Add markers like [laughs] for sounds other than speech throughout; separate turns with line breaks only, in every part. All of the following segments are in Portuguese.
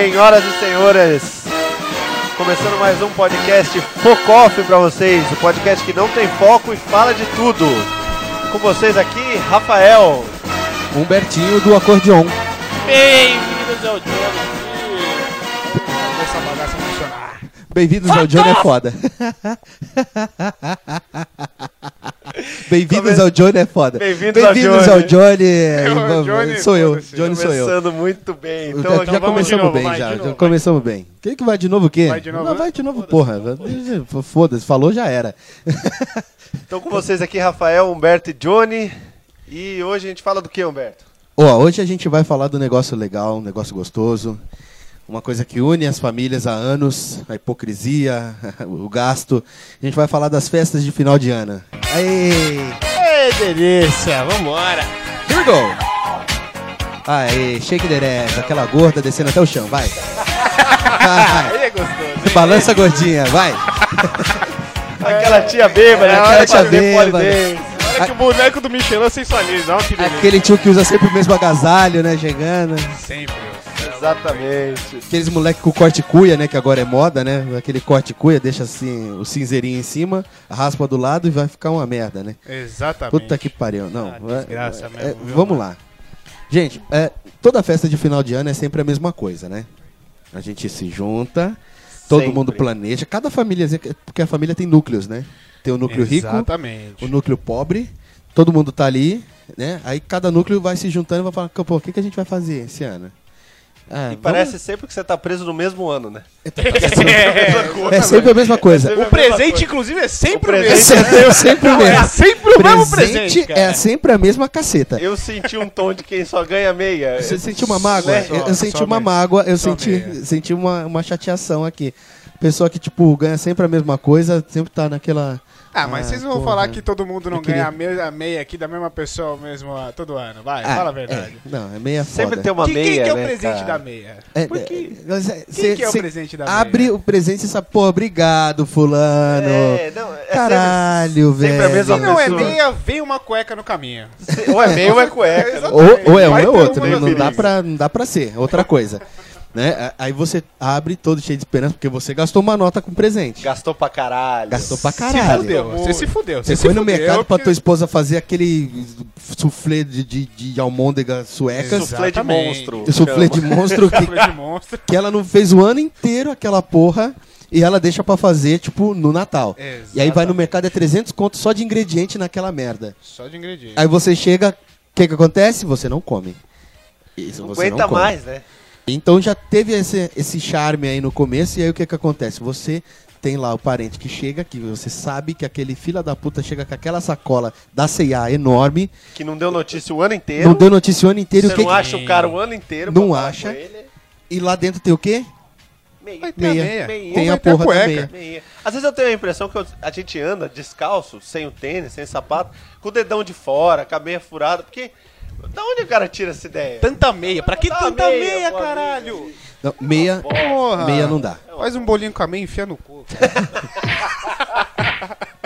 Senhoras e senhores, começando mais um podcast Foco Off pra vocês, o podcast que não tem foco e fala de tudo. Com vocês aqui, Rafael.
Humbertinho do acordeon.
Bem-vindos ao Johnny
Vamos essa bagaça funcionar.
Bem-vindos ao Johnny é foda. Bem-vindos ao Johnny é foda.
Bem-vindos ao
Bem-vindos
Johnny. É
ao Johnny.
Eu,
Vamos,
Johnny,
sou eu,
foda-se.
É, Johnny sou eu.
Começando muito bem. é Então,
já
aqui-
vamos de
começamos
novo,
bem,
vai,
já,
de
já
novo,
começamos bem. Quem que vai de novo o quê?
Vai de novo,
Não,
né?
vai de novo, porra. Foda-se, falou, já era.
então com vocês aqui, Rafael, Humberto e Johnny. E hoje a gente fala do que, Humberto?
Ó, hoje a gente vai falar do negócio legal, um negócio gostoso, uma coisa que une as famílias há anos, a hipocrisia, [laughs] o gasto. A gente vai falar das festas de final de ano. Aê!
Ei, delícia, vambora.
Here we go! Aê, shake the ass, aquela gorda descendo até o chão, vai! Vai.
[laughs] Aí é gostoso.
Balança a gordinha, vai!
Aquela tia bêbada,
Aquela
aquela
tia
tia bêbada.
É,
Ah.
bêbada.
É. Olha que o boneco do Michelin sensualiza, ó, que delícia.
Aquele tio que usa sempre o mesmo agasalho, né, chegando.
Sempre.
Exatamente.
Aqueles moleque com corte cuia, né? Que agora é moda, né? Aquele corte cuia, deixa assim o cinzeirinho em cima, raspa do lado e vai ficar uma merda, né?
Exatamente.
Puta que pariu. Não,
Ah,
vai-
desgraça
é,
mesmo, viu,
Vamos lá. Gente, é, toda festa de final de ano é sempre a mesma coisa, né? A gente se junta, todo
Sempre.
mundo planeja, cada família, porque a família tem núcleos, né? Tem o núcleo rico, Um
Exatamente.
o núcleo pobre, todo mundo tá ali, né? Aí cada núcleo vai se juntando e vai falar, pô, o que, que a gente vai fazer esse ano? Ah,
E
vamos-
parece sempre que você tá preso no mesmo ano, né?
[laughs]
É.
É sempre a mesma coisa.
O presente, inclusive, é sempre
O
o
É
mesmo.
sempre, é sempre o
É
assim
mesmo.
sempre o mesmo presente, cara.
é sempre a mesma caceta.
Eu senti um tom de quem só ganha meia.
Você sentiu uma mágoa?
Né?
Eu- eu senti
só
uma
meia.
mágoa, eu
Só
senti,
meia.
senti uma, uma chateação aqui. Pessoa que, tipo, ganha sempre a mesma coisa, sempre tá naquela.
Ah, mas vocês não vão
porra.
falar que todo mundo não
Eu queria-
ganha a meia, a meia aqui da mesma pessoa mesmo ah, todo ano. Vai,
Ah,
fala a verdade.
é. Não, é meia
Sempre
foda.
tem uma
Que-
meia,
quem que é o
né,
presente
cara?
da meia?
É,
Por que-
é, mas é,
Quem
cê-
que é o
cê
presente da meia?
Abre o presente e essa porra, obrigado, fulano.
É, não, é
Caralho,
sempre- sempre a
velho.
mesma
Se não é
pessoa.
meia, vem uma cueca no caminho.
Se-
[laughs]
Ou é meia ou é cueca. né?
Ou, ou é um
Vai
é
ter
outro,
uma
né?
no
Não dá,
perigo.
pra, não dá pra ser, é outra coisa. né? A- Aí você abre todo cheio de esperança, porque você gastou uma nota com presente.
Gastou pra caralho.
Gastou pra
Se
caralho.
fudeu, você se fudeu.
Você
se
foi no
fudeu,
mercado pra
[laughs] porque-
tua esposa fazer aquele soufflé de, de, de almôndegas suecas,
Suflê de
Exatamente.
monstro.
soufflé de monstro que,
Suflê de monstro.
que ela não fez o ano inteiro aquela porra e ela deixa pra fazer, tipo, no Natal. E aí vai no
Exatamente.
mercado, é 300 conto só de ingrediente naquela merda.
Só de ingrediente.
Aí você chega, o que que acontece? Você não come. Isso,
Não
você
aguenta
come.
mais, né?
Então já teve esse, esse charme aí no começo, e aí o que que acontece? Você tem lá o parente que chega, que você sabe que aquele fila da puta chega com aquela sacola da C&A enorme,
Que não deu notícia o ano inteiro.
não deu notícia o ano inteiro,
Você
o que
não
que-
acha o cara o ano inteiro.
Não
pra falar
acha.
com ele.
e lá dentro tem o quê?
Meia.
Tem a meia.
Meia.
Tem a
Vai ter a
porra da
cueca.
meia.
meia. Às vezes eu tenho a impressão que eu- a gente anda descalço, sem o tênis, sem sapato, com o dedão de fora, com a meia furada, porque. Da onde o cara tira essa ideia?
Tanta meia. Pra que
Dá
tanta
meia,
meia,
pô,
caralho?
Não, meia,
Porra.
meia não dá.
Faz um bolinho com a meia e enfia no cu. cara.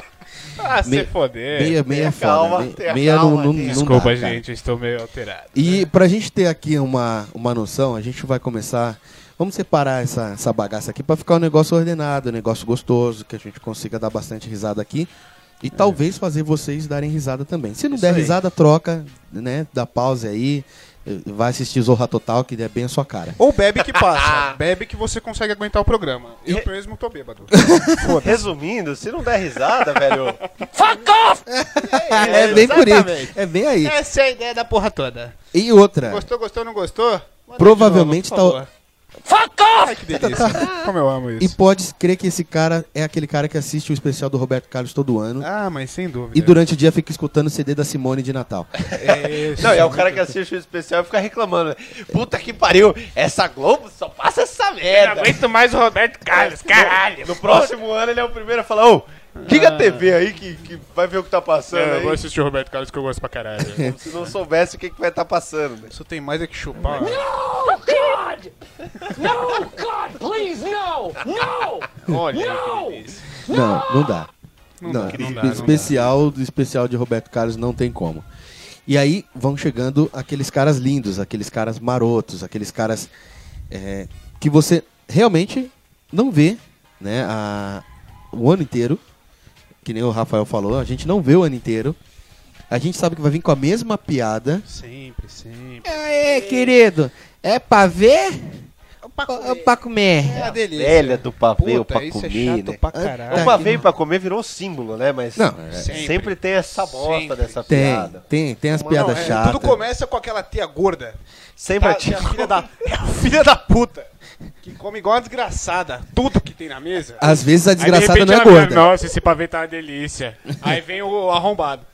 [laughs]
ah,
Meia-
se foder.
Meia, meia é
tenha
foda.
calma,
me- Meia,
tenha calma,
não, não,
gente.
não
Desculpa,
dá, cara.
gente, eu estou meio alterado.
E pra gente ter aqui uma, uma noção, a gente vai começar. Vamos separar essa, essa bagaça aqui pra ficar um negócio ordenado, um negócio gostoso, que a gente consiga dar bastante risada aqui.
É.
E talvez fazer vocês darem risada também. Se não
Isso
der
aí.
risada, troca, né? Dá pause aí. eh, Vai assistir Zorra Total, que é bem a sua cara.
Ou bebe que [laughs] passa. bebe que você consegue aguentar o programa. Eu
Re-
mesmo tô [laughs] bêbado.
Resumindo, se não der risada, velho.
[laughs] é bem por
exatamente.
isso. É bem aí.
Essa é a ideia da porra toda.
E outra.
Gostou, gostou, não gostou? Manda
Provavelmente tá
de novo, por favor. Ai, que delícia. [laughs] Como eu amo
E
isso.
pode crer que esse cara é aquele cara que assiste o especial do Roberto Carlos todo ano.
Ah, mas sem
E
dúvida.
durante o dia fica escutando o CD da Simone de
[laughs]
Natal.
É isso.
Não, é o cara que assiste o especial e fica reclamando. né? Puta que pariu, essa Globo só passa essa
Eu
merda.
não aguento mais o Roberto Carlos, caralho.
No próximo ano ele é o primeiro a falar, ô, liga a TV aí que, que vai ver o que tá passando
É, eu vou
aí.
assistir o Roberto Carlos que eu gosto
[laughs]
pra caralho.
Como se não soubesse o que, que vai estar passando. Né?
Isso tem mais é que chupar.
God! No, God, please, no! No!
Olha,
Não!
que delícia.
Não, não dá. Não,
dá, não dá, não
especial do especial de Roberto Carlos não tem como. E aí vão chegando aqueles caras lindos, aqueles caras marotos, aqueles caras é, que você realmente não vê né, a- o ano inteiro. Que nem o Rafael falou, a gente não vê o ano inteiro. A gente sabe que vai vir com a mesma piada.
Sempre, sempre.
É, querido, é pra ver ou é pra comer?
É a delícia.
Velha do pavê, o
Puta,
pra
isso
comer,
é chato
né?
pra
Tá
O
caralho.
Opa.
pavê
aqui,
pra comer virou símbolo, né? Mas
Não, é.
sempre. tem essa bosta
Sempre.
dessa
Tem,
piada.
tem, tem as
Mano,
piadas
é,
chatas.
Tudo começa com aquela tia gorda.
Sempre a
Tá,
tia-
é a filha da, [laughs] é a filha da puta. Que come igual uma desgraçada. Tudo que tem na mesa.
Às vezes a
Aí, de
desgraçada
repente,
não é
ela vira,
gorda.
Nossa, esse pavê tá uma delícia. Aí vem o arrombado.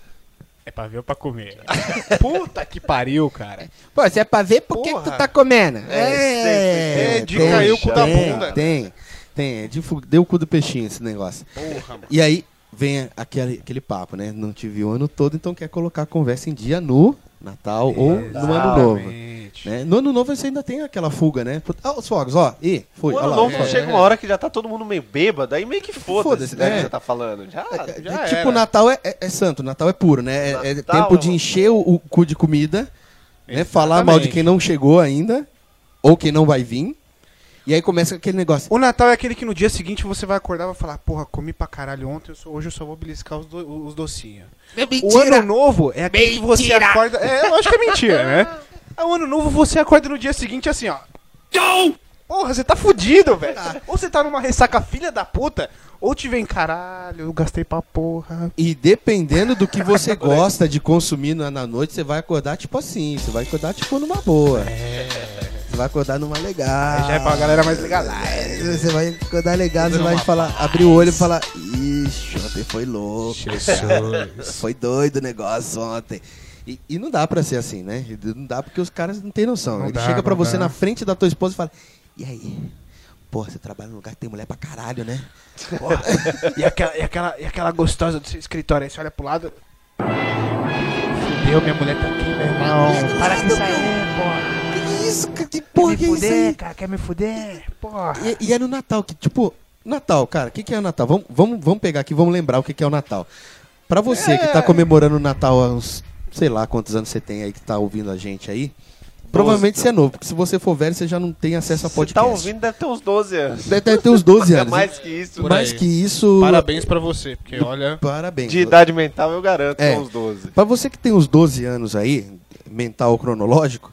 É pavê ou pra comer?
[laughs]
Puta que pariu, cara.
Pô, se é pra ver, por que que
Porra.
tu tá comendo?
sempre
tem. É, de cair o cu da bunda.
Tem, tem. É de fu- deu o cu do peixinho esse negócio.
Porra, mano.
E aí vem aquele, aquele papo, né? Não te viu o ano todo, então quer colocar a conversa em dia no Natal ou no Ano Novo. né? No Ano Novo você ainda tem aquela fuga, né? Pô, Ah, os fogos, ó. E foi.
O
olha
ano
lá,
novo
ó.
chega uma hora que já tá todo mundo meio bêbado, aí meio que foda-se,
Foda-se,
né?
é.
Que você tá falando. Já,
É,
já
é tipo,
era.
Natal é, é- é santo, Natal é puro, né? É- É,
Natal,
tempo de
mano.
encher o, o cu de comida, né? Falar mal de quem não chegou ainda, ou quem não vai vir. E aí começa aquele negócio.
O Natal é aquele que no dia seguinte você vai acordar e vai falar, porra, comi pra caralho ontem, eu só- hoje eu só vou beliscar os, do- os docinhos. O ano novo é aquele que você acorda. É, eu acho que é mentira, [laughs] né? O ano novo você acorda no dia seguinte assim, ó. Tchau! Porra, você tá fudido, velho. Ou você tá numa ressaca filha da puta, ou te vem, caralho, eu gastei pra porra.
E dependendo do que
[laughs]
você
é.
gosta de consumir na, na noite, você vai acordar tipo assim. Você vai acordar tipo numa boa.
É.
Você vai acordar numa legal. É,
Já é pra galera mais legal.
Você vai acordar legal, você vai falar, abrir o olho e falar, ixi, ontem foi louco. Foi doido o negócio ontem. E, e não dá pra ser assim, né? Não dá porque os caras não têm noção.
Não
Ele
dá,
chega pra
não
você
dá.
na frente da tua esposa e fala, e aí? Porra, você trabalha num lugar que tem mulher pra caralho, né?
Porra. E aquela, e, aquela, e aquela gostosa do seu escritório aí, você olha pro lado. Fudeu, minha mulher tá aqui, meu irmão. Para com isso aí, né?" porra.
Que isso, cara? Que porra que é isso aí?
cara, quer me fuder? Porra.
E, e é no Natal que, tipo, Natal, cara, o que, que é o Natal? Vamos, vamos, vamos pegar aqui, vamos lembrar o que, que é o Natal. Pra você que
É.
tá comemorando o Natal há uns, sei lá quantos anos você tem aí, que tá ouvindo a gente aí, provavelmente você é novo, porque se você for velho, você já não tem acesso a
Você
podcast.
tá ouvindo, deve ter uns 12 anos.
Deve deve ter uns 12
É
anos.
mais que isso.
né? Mais
né?
que isso.
Parabéns pra você, porque olha.
Parabéns.
De idade mental, eu garanto,
É.
são uns 12.
Pra você que tem uns 12 anos aí, mental ou cronológico,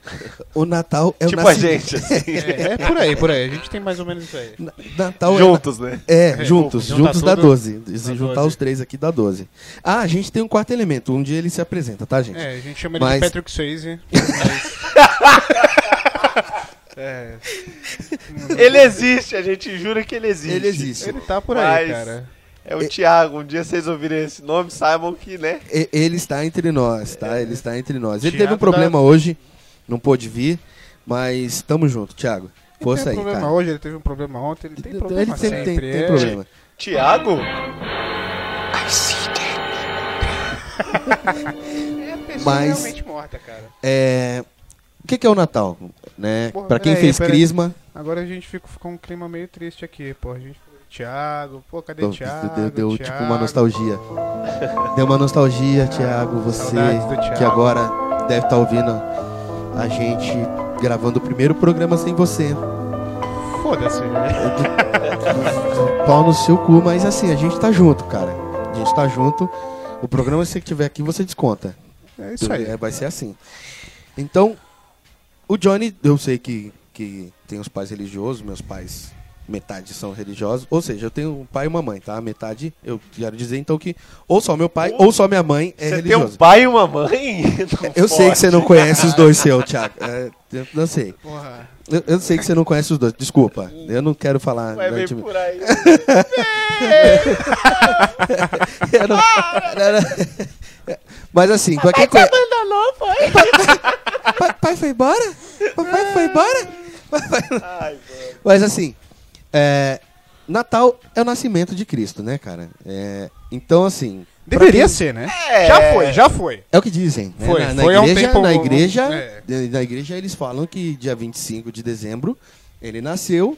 o Natal [laughs] é
tipo
o
a
nascimento. [laughs]
gente, assim.
É, é por aí, por aí. A gente tem mais ou menos isso aí.
Na- Natal é na-
Juntos,
[laughs]
né?
É, juntos,
juntar
juntos dá
tudo,
12. Se
dá
juntar
12.
os três aqui dá 12. Ah, a gente tem um quarto elemento, um dia ele se apresenta, tá, gente?
É, a gente chama ele
ele de Mas-
de
[laughs]
Patrick Swayze. é,
Ele existe, a gente jura que ele existe.
Ele existe.
Ele tá por
Mas
aí, cara.
É o Thiago, um dia vocês ouvirem esse nome, saibam que, né?
E- Ele está entre nós, tá? Ele está entre nós. Ele
Thiago
teve um problema hoje, não pôde vir, mas tamo junto, Thiago. Força
tem
aí,
problema
cara.
hoje, ele teve um problema ontem, ele tem problema
Ele sempre
sempre.
tem, tem
é.
problema.
Thiago?
É a pessoa
Mas-
realmente morta, cara.
É, O que, que é o Natal? Né?
Porra,
Pra quem
peraí,
fez
peraí.
crisma,
Agora a gente fica com um clima meio triste aqui, pô. A gente falou, Thiago, pô, cadê
deu,
Thiago?
deu- deu, tipo
Thiago?
uma nostalgia. Deu uma nostalgia, Thiago, você
Saudades do Thiago.
que agora deve estar ouvindo a gente gravando o primeiro programa sem você.
Foda-se, né?
Pau no seu cu, mas assim, a gente tá junto, cara. A gente tá junto. O programa, se você tiver aqui, você desconta.
É isso aí.
É, vai ser assim. Então, o Johnny, eu sei que, que tem os pais religiosos, meus pais, metade são religiosos. Ou seja, eu tenho um pai e uma mãe, tá? Metade, eu quero dizer então que ou só meu pai ou só minha mãe é
você tem um
religioso.
pai e uma mãe? [laughs] Não
Eu sei que
pode.
você não conhece os
[laughs]
dois, seu Thiago. É, eu não sei.
Porra.
Eu, eu sei que você não conhece os dois. Desculpa. Eu não quero falar. né,
Vai
da
ver
intimi-
por aí.
Eu não- Era- Mas assim, qualquer coisa. Pai, pai foi embora? Papai foi embora?
Ai, mano.
Mas assim, é, Natal é o nascimento de Cristo, né, cara? É, então, assim. pra
Deveria
quem-
ser, né?
É.
Já foi, já foi.
É o que dizem. né?
Foi,
na, na
foi há um
igreja,
tempo-
na igreja,
é.
na igreja eles falam que dia 25 de dezembro ele nasceu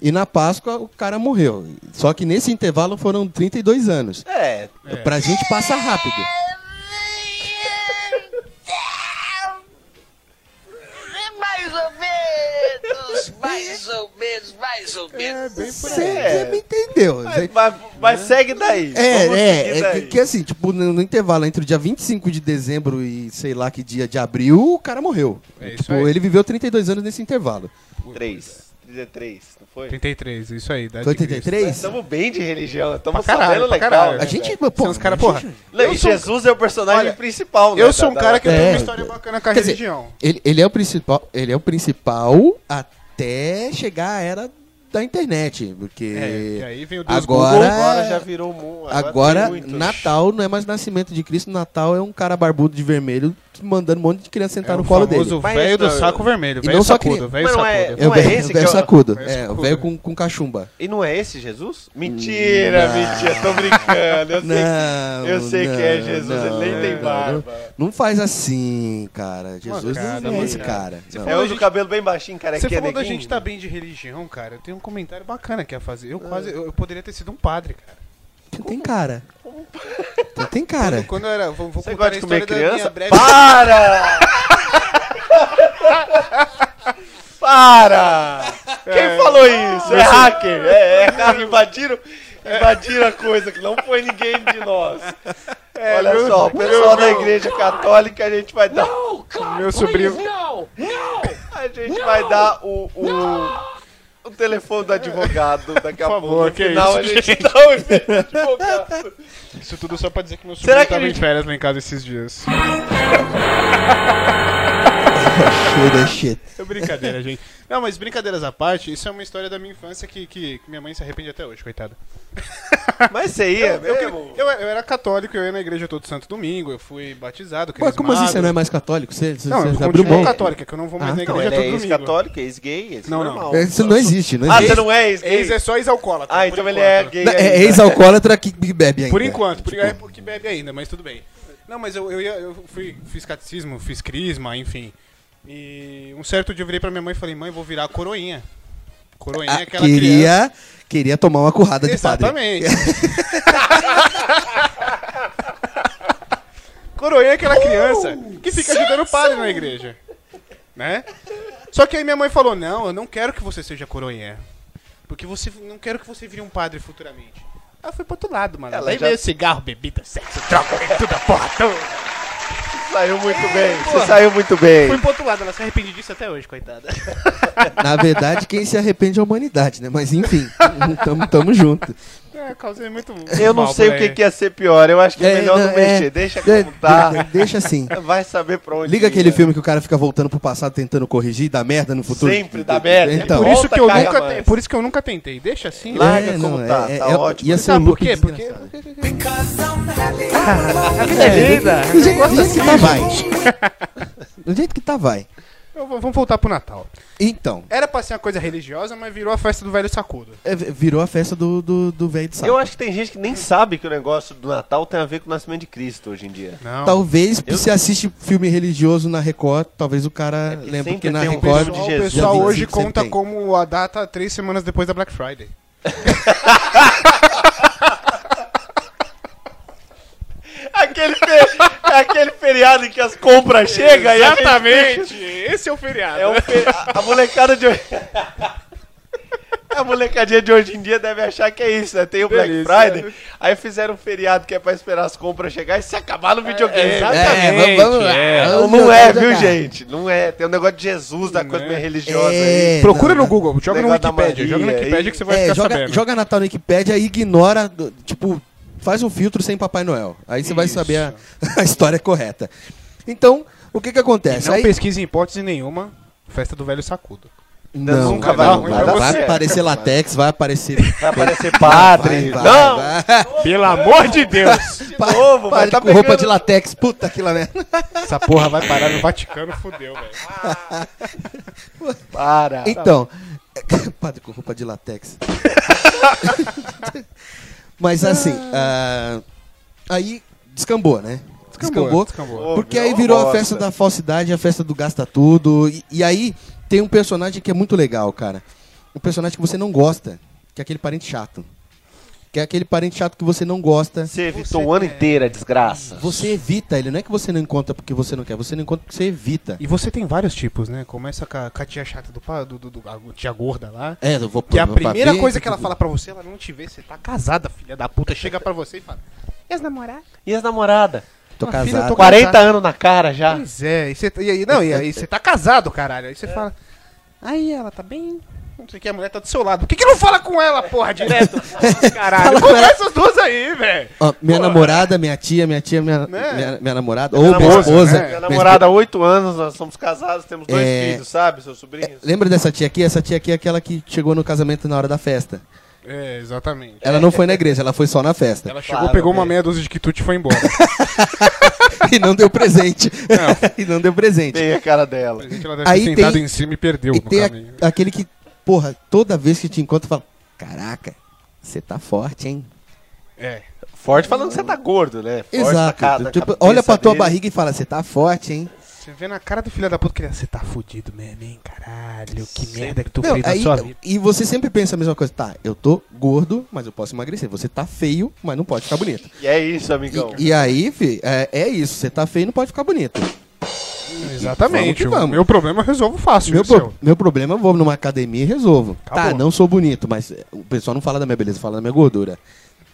e na Páscoa o cara morreu. Só que nesse intervalo foram 32 anos.
É,
Pra gente passa rápido.
Mais ou menos, mais ou menos. Mais ou menos.
Você você me entendeu.
Mas, mas- mas segue daí.
É,
Vamos
é,
seguir
é que,
daí.
que assim, tipo, no, no intervalo entre o dia 25 de dezembro e sei lá que dia de abril, o cara morreu.
É isso
tipo,
aí.
ele viveu 32 anos nesse intervalo.
3. 33, não foi?
33, isso aí. idade
Foi
de Cristo.
83?
Estamos bem de religião, estamos
Pra caralho,
sabendo
pra
legal.
caralho.
né,
A gente, um
velho?
pô,
Então, é, São os cara, porra.
Lei, Jesus é o personagem
Olha,
principal, né?
Eu sou um
da-
cara que
da-
tem
é,
uma história bacana com a
quer dizer,
religião.
Ele, ele é o principal, ele é o principal até chegar à era da internet, porque
É, e aí vem o Deus
agora,
Google agora já virou mu-
agora,
tem muitos.
Natal não é mais nascimento de Cristo, Natal é um cara barbudo de vermelho mandando um monte de criança sentar
É
no
o
colo dele.
famoso
Mas
velho do
esse não-
saco vermelho,
E
velho
não só
sacudo,
criança.
velho
Mas não é-
sacudo.
É o
Não é
velho
esse
velho
que eu-
sacudo.
Velho
É, o
sacudo.
velho com, com cachumba.
E não é esse Jesus? Mentira, mentira, tô brincando. Eu sei
Não,
que, eu sei que é
não,
Jesus,
não,
ele nem tem
não,
barba.
Não faz assim, cara. Jesus
cara,
não é
mano.
esse cara. Não.
Eu uso É o cabelo bem baixinho, carequinha.
Você falou da
neguinho.
gente tá bem de religião, cara. Eu tenho um comentário bacana que ia fazer. Eu quase, eu, eu poderia ter sido um padre, cara.
Não tem cara. Não tem
[laughs]
cara.
Quando eu era, vou, vou
Você
contar
gosta
a
de comer
história da minha
criança?
breve.
Para!
[laughs]
Para!
É.
Quem falou isso? É hacker! É, é
[laughs]
hacker. Invadiram, invadiram a coisa que não foi ninguém de nós.
É,
Olha só, o pessoal da igreja católica, a gente vai dar.
No, God,
Meu
please,
sobrinho-
no, no.
A gente vai dar o. o... O telefone do advogado daqui a
Por
pouco.
favor,
no
que
final
isso,
a gente dá o e-mail do advogado.
Isso tudo só pra dizer que meu
Será
sobrinho
que
tava
a
em
gente-
férias lá em casa esses dias.
Show da shit.
É brincadeira, gente. Não, mas brincadeiras à parte, isso é uma história da minha infância que, que, que minha mãe se arrepende até hoje, coitada.
[laughs] Mas você ia né?
Eu, que-
mesmo?
É, eu- eu era católico, eu ia na igreja todo santo domingo, eu fui batizado,
Mas como assim você não é
é...
mais católico? Você, você,
Não,
você
eu
abriu
continuo
mão.
católico, é que eu não vou mais
Ah,
Não,
na igreja
ele
todo
é
domingo.
ex-católico, ex-gay, esse
Não, não.
normal.
É, Isso não existe, não
Ah,
existe.
você não é ex-gay?
Ex é só ex-alcoólatra.
Ah,
por
então
enquanto.
ele é gay. Tipo.
É,
ainda.
ex-alcoólatra que que bebe ainda.
Por enquanto, por, é porque bebe ainda, mas tudo bem. Não, mas eu, eu, ia- eu fui, fiz catecismo, fiz crisma, enfim. E um certo dia eu virei pra minha mãe e falei, mãe, vou virar coroinha. Coroinha é
Ah,
aquela criança.
queria, queria tomar uma currada de padre.
Exatamente. [laughs] Coroinha é aquela criança que fica ajudando o padre na igreja. Né? Só que aí minha mãe falou: Não, eu não quero que você seja coroinha. Porque você não quero que você vire um padre futuramente. Ela foi pro outro lado, mano.
Ela
Ela aí
já-
veio cigarro, bebida, sexo, troca, tudo a porra toda.
Saiu muito bem,
porra.
você saiu muito bem.
É, Foi pro outro lado, ela se arrepende disso até hoje, coitada.
Na verdade, quem se arrepende é a humanidade, né? Mas enfim,
[laughs]
tamo, tamo junto.
É, causei muito.
Eu não sei o que, que ia ser pior, eu acho que é, melhor não,
não,
mexer,
é,
deixa
é,
como tá.
[laughs]
Deixa assim.
Vai saber pra onde.
Liga
ir,
aquele
né?
filme que o cara fica voltando pro passado tentando corrigir e dá merda no futuro.
Sempre dá merda. é
Então, é,
Por isso
Volta,
que eu
caga
nunca.
mais.
te- Por isso que eu nunca tentei. Deixa assim.
Lá- larga como tá, tá ótimo.
Ia ser um
Sabe por
look
quê?
né,
Porque.
desgraçado.
É, linda.
Do jeito, do jeito que tá, vai. Do jeito que tá, vai.
Eu vou- Vamos voltar pro Natal.
Então,
Era pra ser uma coisa religiosa, mas virou a festa do velho sacudo.
é, virou a festa do, do, do velho de saco.
Eu acho que tem gente que nem sabe que o negócio do Natal tem a ver com o nascimento de Cristo hoje em dia.
Não.
Talvez, se você assiste filme religioso na Record, talvez o cara lembre
sempre
que na
tem um
o pessoal,
Record...
de
o
Jesus.
pessoal
Dia
hoje
25 sempre
conta
tem.
como a data três semanas depois da Black Friday.
Aquele, fe- aquele feriado em que as compras chegam e a gente
Esse é o feriado.
É um fe- a, a molecada de hoje. [laughs] A molecadinha de hoje em dia deve achar que é isso, né? Tem o Black
Delícia.
Friday, aí fizeram um feriado que é pra esperar as compras chegar e se acabar no videogame.
É, vamos, vamos lá.
Não,
Vamos
não é,
jogar,
viu,
jogar.
gente? Não é. Tem um negócio de Jesus, da coisa
é?
meio religiosa
É.
aí.
Procura
Não,
no Google, joga no
Negócio da
Wikipedia. Joga no
Maria,
Wikipedia
e-
que você vai
É,
ficar
joga,
sabendo.
joga Natal na Wikipédia e ignora, do- tipo, faz um filtro sem Papai Noel. Aí você vai
Isso.
saber a, [laughs] a história correta. Então, o que que acontece?
Não
Aí-
pesquise em hipótese nenhuma. Festa do velho sacudo.
Não,
nunca vai
não,
ruim
vai,
pra
vai
você.
aparecer latex, vai aparecer...
Vai aparecer padre.
Vai, vai,
não,
vai.
Pelo amor de Deus!
[laughs] de novo, vai
Padre
tá
com roupa de
pegando.
latex, puta que lá merda.
Essa porra vai parar no Vaticano, fudeu, velho.
Para.
Então, [laughs] padre com roupa de latex.
[laughs]
Mas assim, ah, aí descambou, né?
Descambou, descambou.
Porque
Ô,
aí
meu,
virou a
bosta.
festa da falsidade, a festa do gasta tudo. E, e aí tem um personagem que é muito legal, cara. Um personagem que você não gosta, que é aquele parente chato. Que que é aquele parente chato que você não gosta.
Você evitou o ano inteiro a desgraça.
Você evita ele, não é que você não encontra porque você não quer, você não encontra porque você evita.
E você tem vários tipos, né? Começa com a, com a tia chata do, pa- do, do, do- a tia gorda lá.
É, eu vou
Que a
pra- pra
primeira
ver,
coisa que ela fala pra você, ela não te vê, você tá casada, filha da puta. Chega pra você e fala. E as namoradas?
E as namoradas?
Tô
Uma filha,
casado.
eu tô-
40 anos na cara já. É.
Pois é, e você e aí, não, e aí você tá casado, caralho. Aí você fala. Aí ela tá bem. Não sei o que a mulher tá do seu lado. Por que, que não fala com ela, porra, direto?
[laughs]
Caralho,
Fala com
conversa as duas aí, velho.
Ó, minha namorada, minha tia, minha tia, minha,
Né?
minha, minha namorada, ou é." minha
namorada,
esposa.
né?
Minha
minha
namorada há 8 anos, nós somos casados, temos dois
É.
filhos, sabe, seus sobrinhos?
esposa- Lembra dessa tia aqui? Essa tia aqui é aquela que chegou no casamento na hora da festa.
É, exatamente.
Ela não foi na igreja, ela foi só na festa.
Ela chegou,
Claro,
pegou uma
velho.
meia dúzia de quitute e foi embora.
[laughs] e não deu presente. [laughs] e não deu presente.
Tem a cara dela.
A gente, ela deve
Aí
ter sentado
tem-
em cima e perdeu
E
no
tem a-
caminho.
aquele que, porra, toda vez que te encontra, fala: Caraca, você tá forte, hein?
É.
Forte falando que você tá gordo, né? Forte na
Exato.
cara, na
Tipo,
cabeça
olha pra tua
dele.
barriga e fala: Você tá forte, hein?
Você vê na cara do filho da puta que ele você tá fudido mesmo, hein? Caralho, que merda que tu
Meu,
fez na
aí, então,
sua vida.
e você sempre pensa a mesma coisa: Tá, eu tô gordo, mas eu posso emagrecer. Você tá feio, mas não pode ficar bonito.
E é isso, amigão.
E, e aí, fi, é, é isso. Você tá feio, não pode ficar bonito.
Exatamente.
Vamos que
o
vamos.
meu problema eu resolvo fácil.
Meu,
e o
pro-
seu?
meu problema, eu vou numa academia e resolvo.
Acabou.
Tá, não sou bonito, mas é, o pessoal não fala da minha beleza, fala da minha gordura.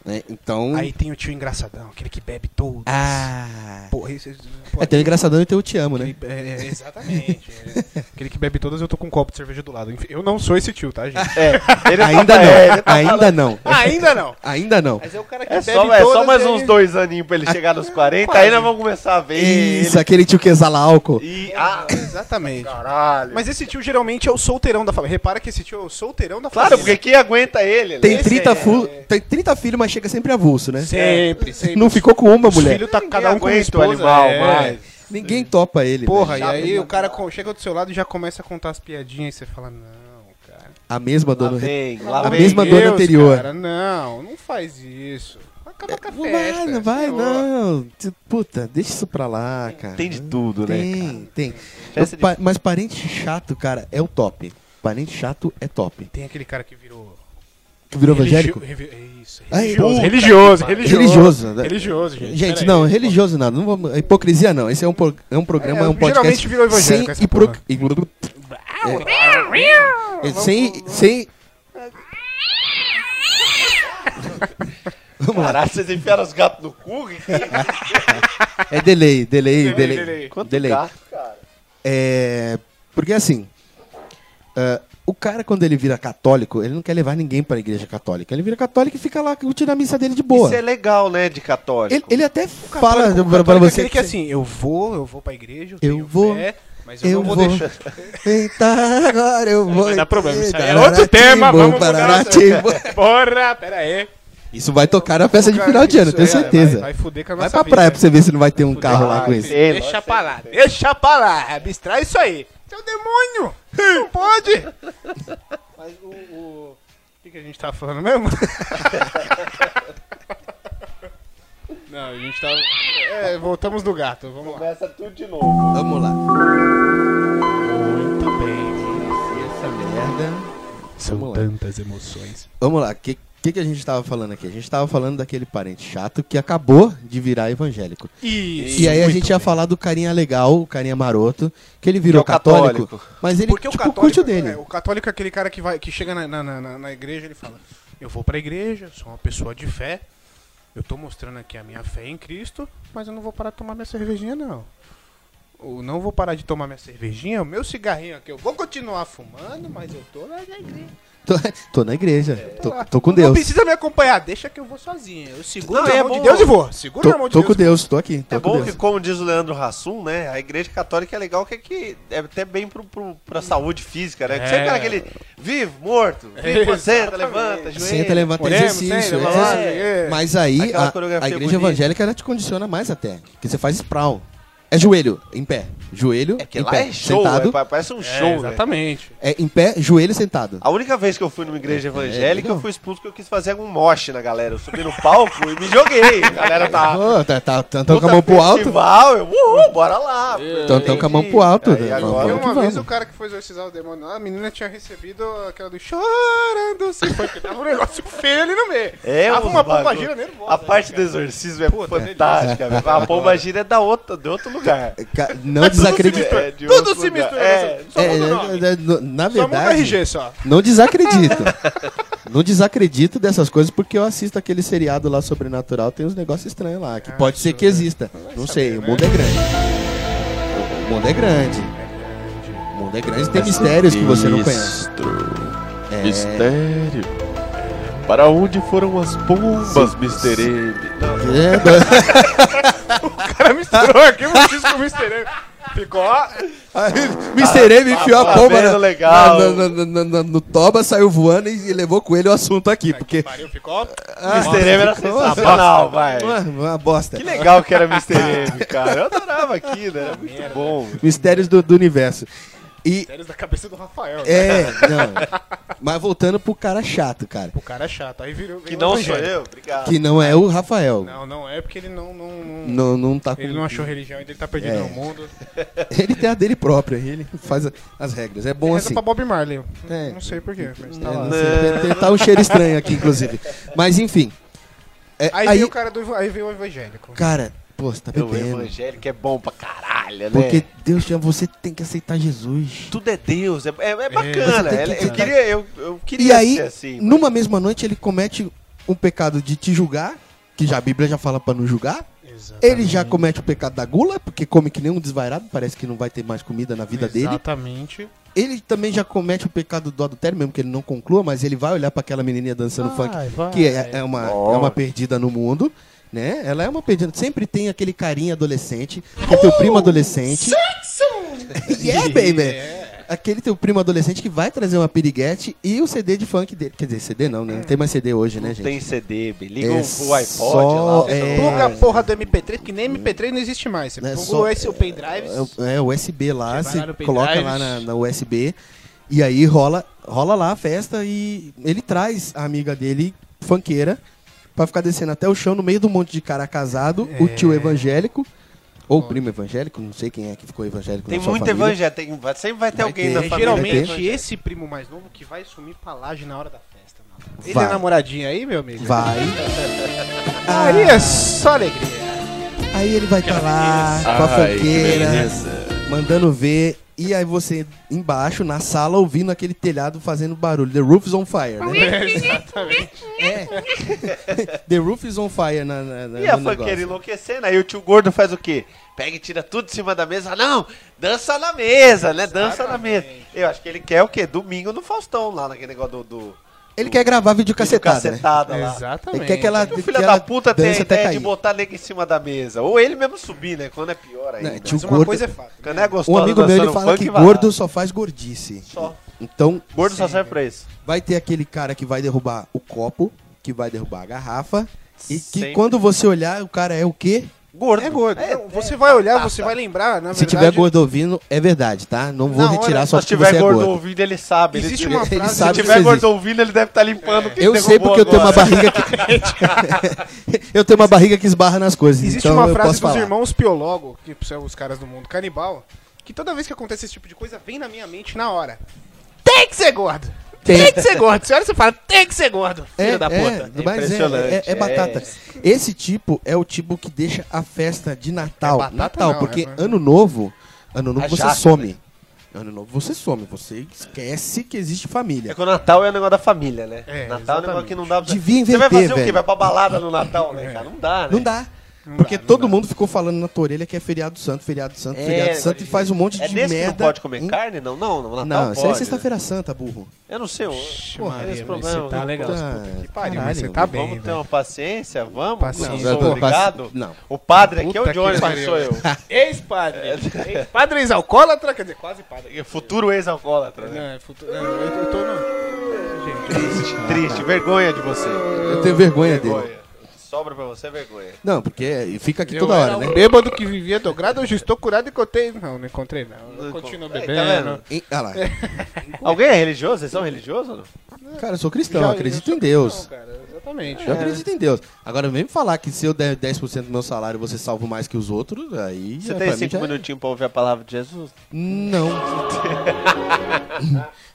né? Então.
Aí tem o tio engraçadão, aquele que bebe todo.
Ah.
Porra, esse...
É, tem o engraçadão e tem o te amo, né?
É, é, exatamente. é. Aquele que bebe todas, eu tô com um copo de cerveja do lado. Enfim, eu não sou esse tio, tá, gente?
[laughs] É, ele
Ainda
tá- é, ele
não,
tá
ainda não,
Ainda não.
Ah, ainda não.
Mas é o cara que
É
bebe
só, é só
todas
mais
e
uns
aí-
dois aninhos pra ele chegar nos 40, aí nós vamos começar a ver.
Ah, é, Isso,
ele-
aquele tio que exala álcool.
E. Ah,
Exatamente.
caralho.
Mas esse tio geralmente é o solteirão da família. Repara que esse tio é o solteirão da
Claro, porque
família.
quem aguenta ele? né?
Tem
Esse
30,
é-
fu- tem 30 filhos, mas chega sempre avulso, né?
Sempre, sempre.
Não ficou com uma
Os
mulher.
filhos tá
Ninguém
cada um com uma
aguenta o
esposa.
animal,
é.
mas-
Ninguém topa ele. né?
Porra, e
velho.
aí o cara co- chega do seu lado e já começa a contar as piadinhas e você fala, não, cara.
A mesma
Lá
dona.
vem,
né? A
lá vem.
mesma- dona anterior.
Cara, não, não faz isso. Acaba com a
Não
É,
festa,
vai, não vai,
senhor.
não. Ti- Puta, deixa isso pra lá, cara.
Tem de tudo, né?
Tem,
cara?
tem.
Festa
Eu- pa- Mas parente chato, cara, é o top. Parente chato é top.
Tem aquele cara que virou...
Tu virou evangélico?
Religi- revi- é isso,
Ai,
religioso,
puta
religioso, religioso.
Religioso. né?
Religioso, gente.
Gente,
peraí.
não, religioso não, não vamos, hipocrisia não. Esse é um, pro- é um programa, é,
É,
um podcast.
geralmente virou evangélico essa
sem, hipro-
porra.
hipro- é, é, sem, sem.
Caralho, vocês enfiaram os gatos no cu?
[laughs] É delay, delay,
delay.
delay. Delay.
Quanto gato, cara?
É, porque assim, ah, o cara quando ele vira católico, ele não quer levar ninguém pra igreja católica. Ele vira católico e fica lá curtindo a missa dele de boa.
Isso é legal, né, de católico.
Ele, ele até
O
fala
católico- o
pra, pra
católico é
você
aquele que é assim, eu vou, eu vou pra igreja, eu, tenho
vou,
fé, mas eu,
Eu
não vou,
vou. [laughs]
deixar.
Eita, agora eu vou.
Vai dar problema, isso aí é
Tarará,
outro tema,
timbo,
vamos mudar
tarará,
nossa-
timbo.
Porra, pera aí.
Isso vai tocar na festa de
Ah, Cara,
final de ano,
isso
tenho
é,
certeza.
Vai, vai fuder com a
Vai
nossa
pra
vida.
praia pra você ver se não vai ter um carro lá
Ah,
com isso.
sei lá,
Deixa
sei
pra lá, deixa pra lá, abstrai isso aí. Seu demônio,
[laughs]
não pode. Mas o... o- O que, que a gente tá falando mesmo? [laughs] não, a gente tá... É, voltamos do gato, vamos lá.
Começa tudo de novo.
Vamos lá.
Muito bem.
Merda.
São
Vamos lá.
tantas emoções.
Vamos lá, o que, que, que a gente tava falando aqui? A gente tava falando daquele parente chato que acabou de virar evangélico.
Isso,
E aí a
muito
gente ia
bem.
falar do carinha legal, o carinha maroto, que ele virou
Que é o católico.
católico, mas ele
Porque
tipo,
o católico,
curte o dele.
é, o católico é aquele cara que, vai, que chega na, na, na- na- na igreja ele fala: Eu vou pra igreja, sou uma pessoa de fé, eu tô mostrando aqui a minha fé em Cristo, mas eu não vou parar de tomar minha cervejinha, não. Ou não vou parar de tomar minha cervejinha, o meu cigarrinho aqui. Eu vou continuar fumando, mas eu tô lá na igreja.
Tô, [laughs] tô na igreja, tô,
lá.
tô com
Não
Deus.
precisa me acompanhar, deixa que eu vou sozinho. Eu seguro
Não,
na
é
mão de
bom.
Deus e vou. Seguro na
Tô,
mão de
tô
Deus.
com Deus, tô aqui, tô
É
com
bom que,
Deus.
como diz o Leandro Hassum, né? A igreja católica é legal, que é, que é até bem pro, pro, pra saúde física, né? Que Sempre era aquele vivo, morto, vivo, senta, levanta, joelho.
Senta, levanta
Oremos,
exercício.
senta,
é.
levanta, é.
Mas aí
Aquela
a,
coreografia
a igreja
bonita.
evangélica ela te condiciona mais até. Porque você faz sprawl. É joelho, em pé. joelho,
É que
em
lá
pé,
é show,
sentado.
é, pa- parece um
É,
show, velho.
exatamente.
É em pé, joelho sentado.
A única vez que eu fui numa
É,
igreja evangélica, eu fui expulso porque eu quis fazer algum moche na galera. Eu subi no palco e me joguei. A galera tá...
Ô, tá, tá, tá, tá com a mão pro alto. Uhum.
Festival, eu, uhul, bora lá.
Então tá com a mão pro alto.
Aí
né?
agora- é
Eu,
Vamos que
uma vez
vamos.
o cara que foi exorcizar o demônio lá, a menina tinha recebido aquela do chorando, se foi que tava um negócio feio ali no meio.
É,
tava
uns
Ah, uma
bagulho.
pomba gira nervosa.
A parte do exorcismo é fantástica, velho. A pomba gira é da outra, de outro lugar.
Ca-
[laughs]
Não desacredito.
É, de
Tudo
outro
se
lugar.
mistura. né,
É,
só
É,
muda o nome.
é, é, no- na
Só muda o
verdade,
RG
[laughs]
só.
não desacredito. não desacredito dessas coisas porque eu assisto aquele seriado lá sobrenatural, tem uns negócios estranhos lá, que pode ser que exista. Não sei, o mundo é grande. O mundo é grande. O mundo é grande, tem mistérios que você não conhece. É,
Mistério. Para onde foram as pombas,
[laughs]
Mr. M?
é, do- [laughs]
cara misturou aqui o X com o Mr. M. Ficou. ó,
Aí, Mr. M enfiou a
tá
pomba
vendo
na-
legal.
na- na- na- na- na- no toba, saiu voando e levou com ele o assunto aqui, porque
Pariu, ficou.
Ah,
Mr. M era sensacional, vai.
é uma, uma bosta.
Que Ah, legal que era Mr. M, cara. Eu adorava aquilo, era muito bom.
Mistérios do, do universo. E
Séries da cabeça do Rafael. né?
é, não. Mas voltando pro cara chato, cara,
O cara é chato. Aí virou.
Que
virou
não sou
evangélico.
eu, obrigado.
que não é o Rafael.
Não, não é porque ele não. não, não-
Não, não tá com...
Ele não achou religião, ainda ele tá perdido
É.
no mundo.
[laughs] Ele tem a dele própria, ele faz a- as regras. É bom
Reza
assim.
pra Bob Marley.
É.
Não sei porquê, mas tá
É,
lá.
não sei, tem- tem- tá um cheiro estranho aqui, inclusive. Mas enfim. É,
Aí,
aí,
veio o cara do. eva- Aí veio o evangélico.
cara, pô, você tá
O
bebendo.
evangélico é bom pra caralho, né?
Porque Deus chama você, tem que aceitar Jesus.
tudo é Deus, é, é- é bacana.
Você tem que
ela- eu,
aceitar.
queria, eu, eu queria
E aí,
ser assim. mas-
numa mesma noite, ele comete um pecado de te julgar, que já a Bíblia já fala pra não julgar.
Exatamente.
Ele já comete o pecado da gula, porque come que nem um desvairado, parece que não vai ter mais comida na vida dele.
Exatamente.
Ele também já comete o pecado do adultério, mesmo que ele não conclua, mas ele vai olhar pra aquela menininha dançando funk,
vai.
que é, é uma, é uma perdida no mundo, né? Ela é uma perdida. Sempre tem aquele carinha adolescente, que é teu
Uh,
primo adolescente. [laughs] yeah, baby! Aquele teu primo adolescente que vai trazer uma piriguete e o CD de funk dele. Quer dizer, CD não, né? Não tem mais CD hoje, né,
Não
gente?
tem CD, me liga
É
o- o iPod
só-
lá. o celular.
é-
Pluga a porra do MP3, que nem MP3 não existe mais. Você
Não é
pluga
só-
o esse- o pendrive.
É, é, USB lá,
Você vai
você
lá no pendrive.
coloca lá na, na USB e aí rola, rola lá a festa e ele traz a amiga dele, funkeira, pra ficar descendo até o chão no meio do monte de cara casado,
É.
o tio evangélico, ou o primo evangélico, não sei quem é que ficou evangélico
Tem
na sua
muito
família.
evangélico, tem- vai- sempre vai ter
Vai
alguém
ter,
na
É,
família.
geralmente
evangélica.
esse primo mais novo que vai sumir pra laje na hora da festa, mano. Ele
Vai.
é namoradinho aí, meu amigo?
Vai,
Aí é só alegria.
aí ele vai estar lá, com a
Ai, que
funkeira,
beleza.
mandando ver, e aí você embaixo, na sala, ouvindo aquele telhado fazendo barulho, The Roof's on
[laughs]
Fire, né?
É,
The Roof is on Fire na, na, na
E a
no É um negócio.
funkeira enlouquecendo, aí o tio gordo faz o quê? Pega e tira tudo de cima da mesa. Ah, Não, dança na mesa, né? Dança na mesa. Eu acho que ele quer o quê? Domingo no Faustão, lá naquele negócio do... do
Ele quer gravar vídeo cacetada, né?
cacetada lá.
Exatamente.
Ele quer É que ela,
O
que
filho
ela
da puta tem a
dance até
ideia
cair.
de botar nego em cima da mesa. Ou ele mesmo subir, né? Quando é pior ainda.
Não,
Quando
tio
Mas uma
gordo,
coisa é fato.
é gostosa
um amigo meu
dançando
ele fala
funk,
que
vai
gordo
lá.
só faz gordice.
Só.
Então,
Gordo só serve pra isso.
vai ter aquele cara que vai derrubar o copo, que vai derrubar a garrafa, e que
Sempre.
quando você olhar, o cara é o quê?
Gordo.
É gordo. Não, você vai olhar, você vai lembrar, na
Tá, Se
verdade.
tiver gordo ouvindo, é verdade, tá? Não vou
Na hora,
retirar só
Se
porque
tiver
você é
gordo
gordo.
ouvindo, ele sabe. Ele
Existe
tira-
uma
Ele
frase.
Se
sabe
tiver
que isso
gordo
existe.
ouvindo, ele deve estar limpando. o que
Eu sei
derrubou
porque eu tenho uma
agora.
[laughs]
barriga que Eu tenho uma barriga que [laughs] esbarra nas coisas,
Existe
então
uma
eu
frase
posso
dos
falar.
irmãos Piologo, que são os caras do mundo canibal, que toda vez que acontece esse tipo de coisa, vem na minha mente na hora. Tem que ser gordo!
Tem.
Tem, que ser gordo! Você olha e você fala, tem que ser gordo! Filho da puta!
mas é,
Impressionante,
é- é
é.
batata. Esse tipo é o tipo que deixa a festa de Natal.
É batata
Natal,
não,
porque
é- né?
ano novo, ano novo
A
você
jaca,
some. Ano novo você some, você esquece que existe
É
família.
que o Natal é o negócio da família, né?
É,
Natal é um
exatamente. É.
negócio que não dá pra...
Devia
Você vai
inverter,
fazer o quê?
velho.
Vai pra balada no Natal, né, cara? Não dá, né?
Não dá. porque todo mundo ficou falando na tua orelha que é feriado santo, feriado santo,
É,
feriado santo e
pode-
faz um monte
É
de
nesse
merda.
que não pode comer
Hum?
carne? Não, não. No Natal
Não, isso aí
pode.
é
né?
sexta-feira santa, burro.
Eu não sei. eu- Porra,
Maria,
esse
mas
problema,
você tá
eu-
legal.
Tá,
que pariu,
caralho.
mas você tá bem,
Vamos ter
velho.
uma paciência? Vamos?
Paciência.
Não,
Não,
sou obrigado?
paci- não.
O padre aqui é o
Puta que
Jones, não
pariu.
sou eu.
[laughs]
Ex-padre! Ex- padre ex-alcoólatra, quer dizer, quase padre.
Futuro ex-alcoólatra, né?
Não, é futuro. Eu, eu tô no.
Triste, triste. Vergonha de você.
Eu tenho vergonha dele.
Vergonha. Sobra pra você é vergonha.
Não, porque é- fica aqui
Eu
toda
era
hora, né?
um Bêbado que vivia dogrado, hoje estou curado e contei. Não, não encontrei, não. Eu
Não
continuo
encontrei.
bebendo.
Tá vendo?
Hein? Ah lá.
Alguém é religioso? Vocês são religiosos ou não?
Cara, eu sou cristão,
Já-
acredito
já sou
em Deus.
cristão, cara, exatamente.
Eu acredito em Deus. Agora, vem me falar que se eu der 10% do meu salário, você salva mais que os outros, aí...
Você
já,
tem
pra mim,
cinco
já- é
minutinhos pra ouvir a palavra de Jesus?
Não.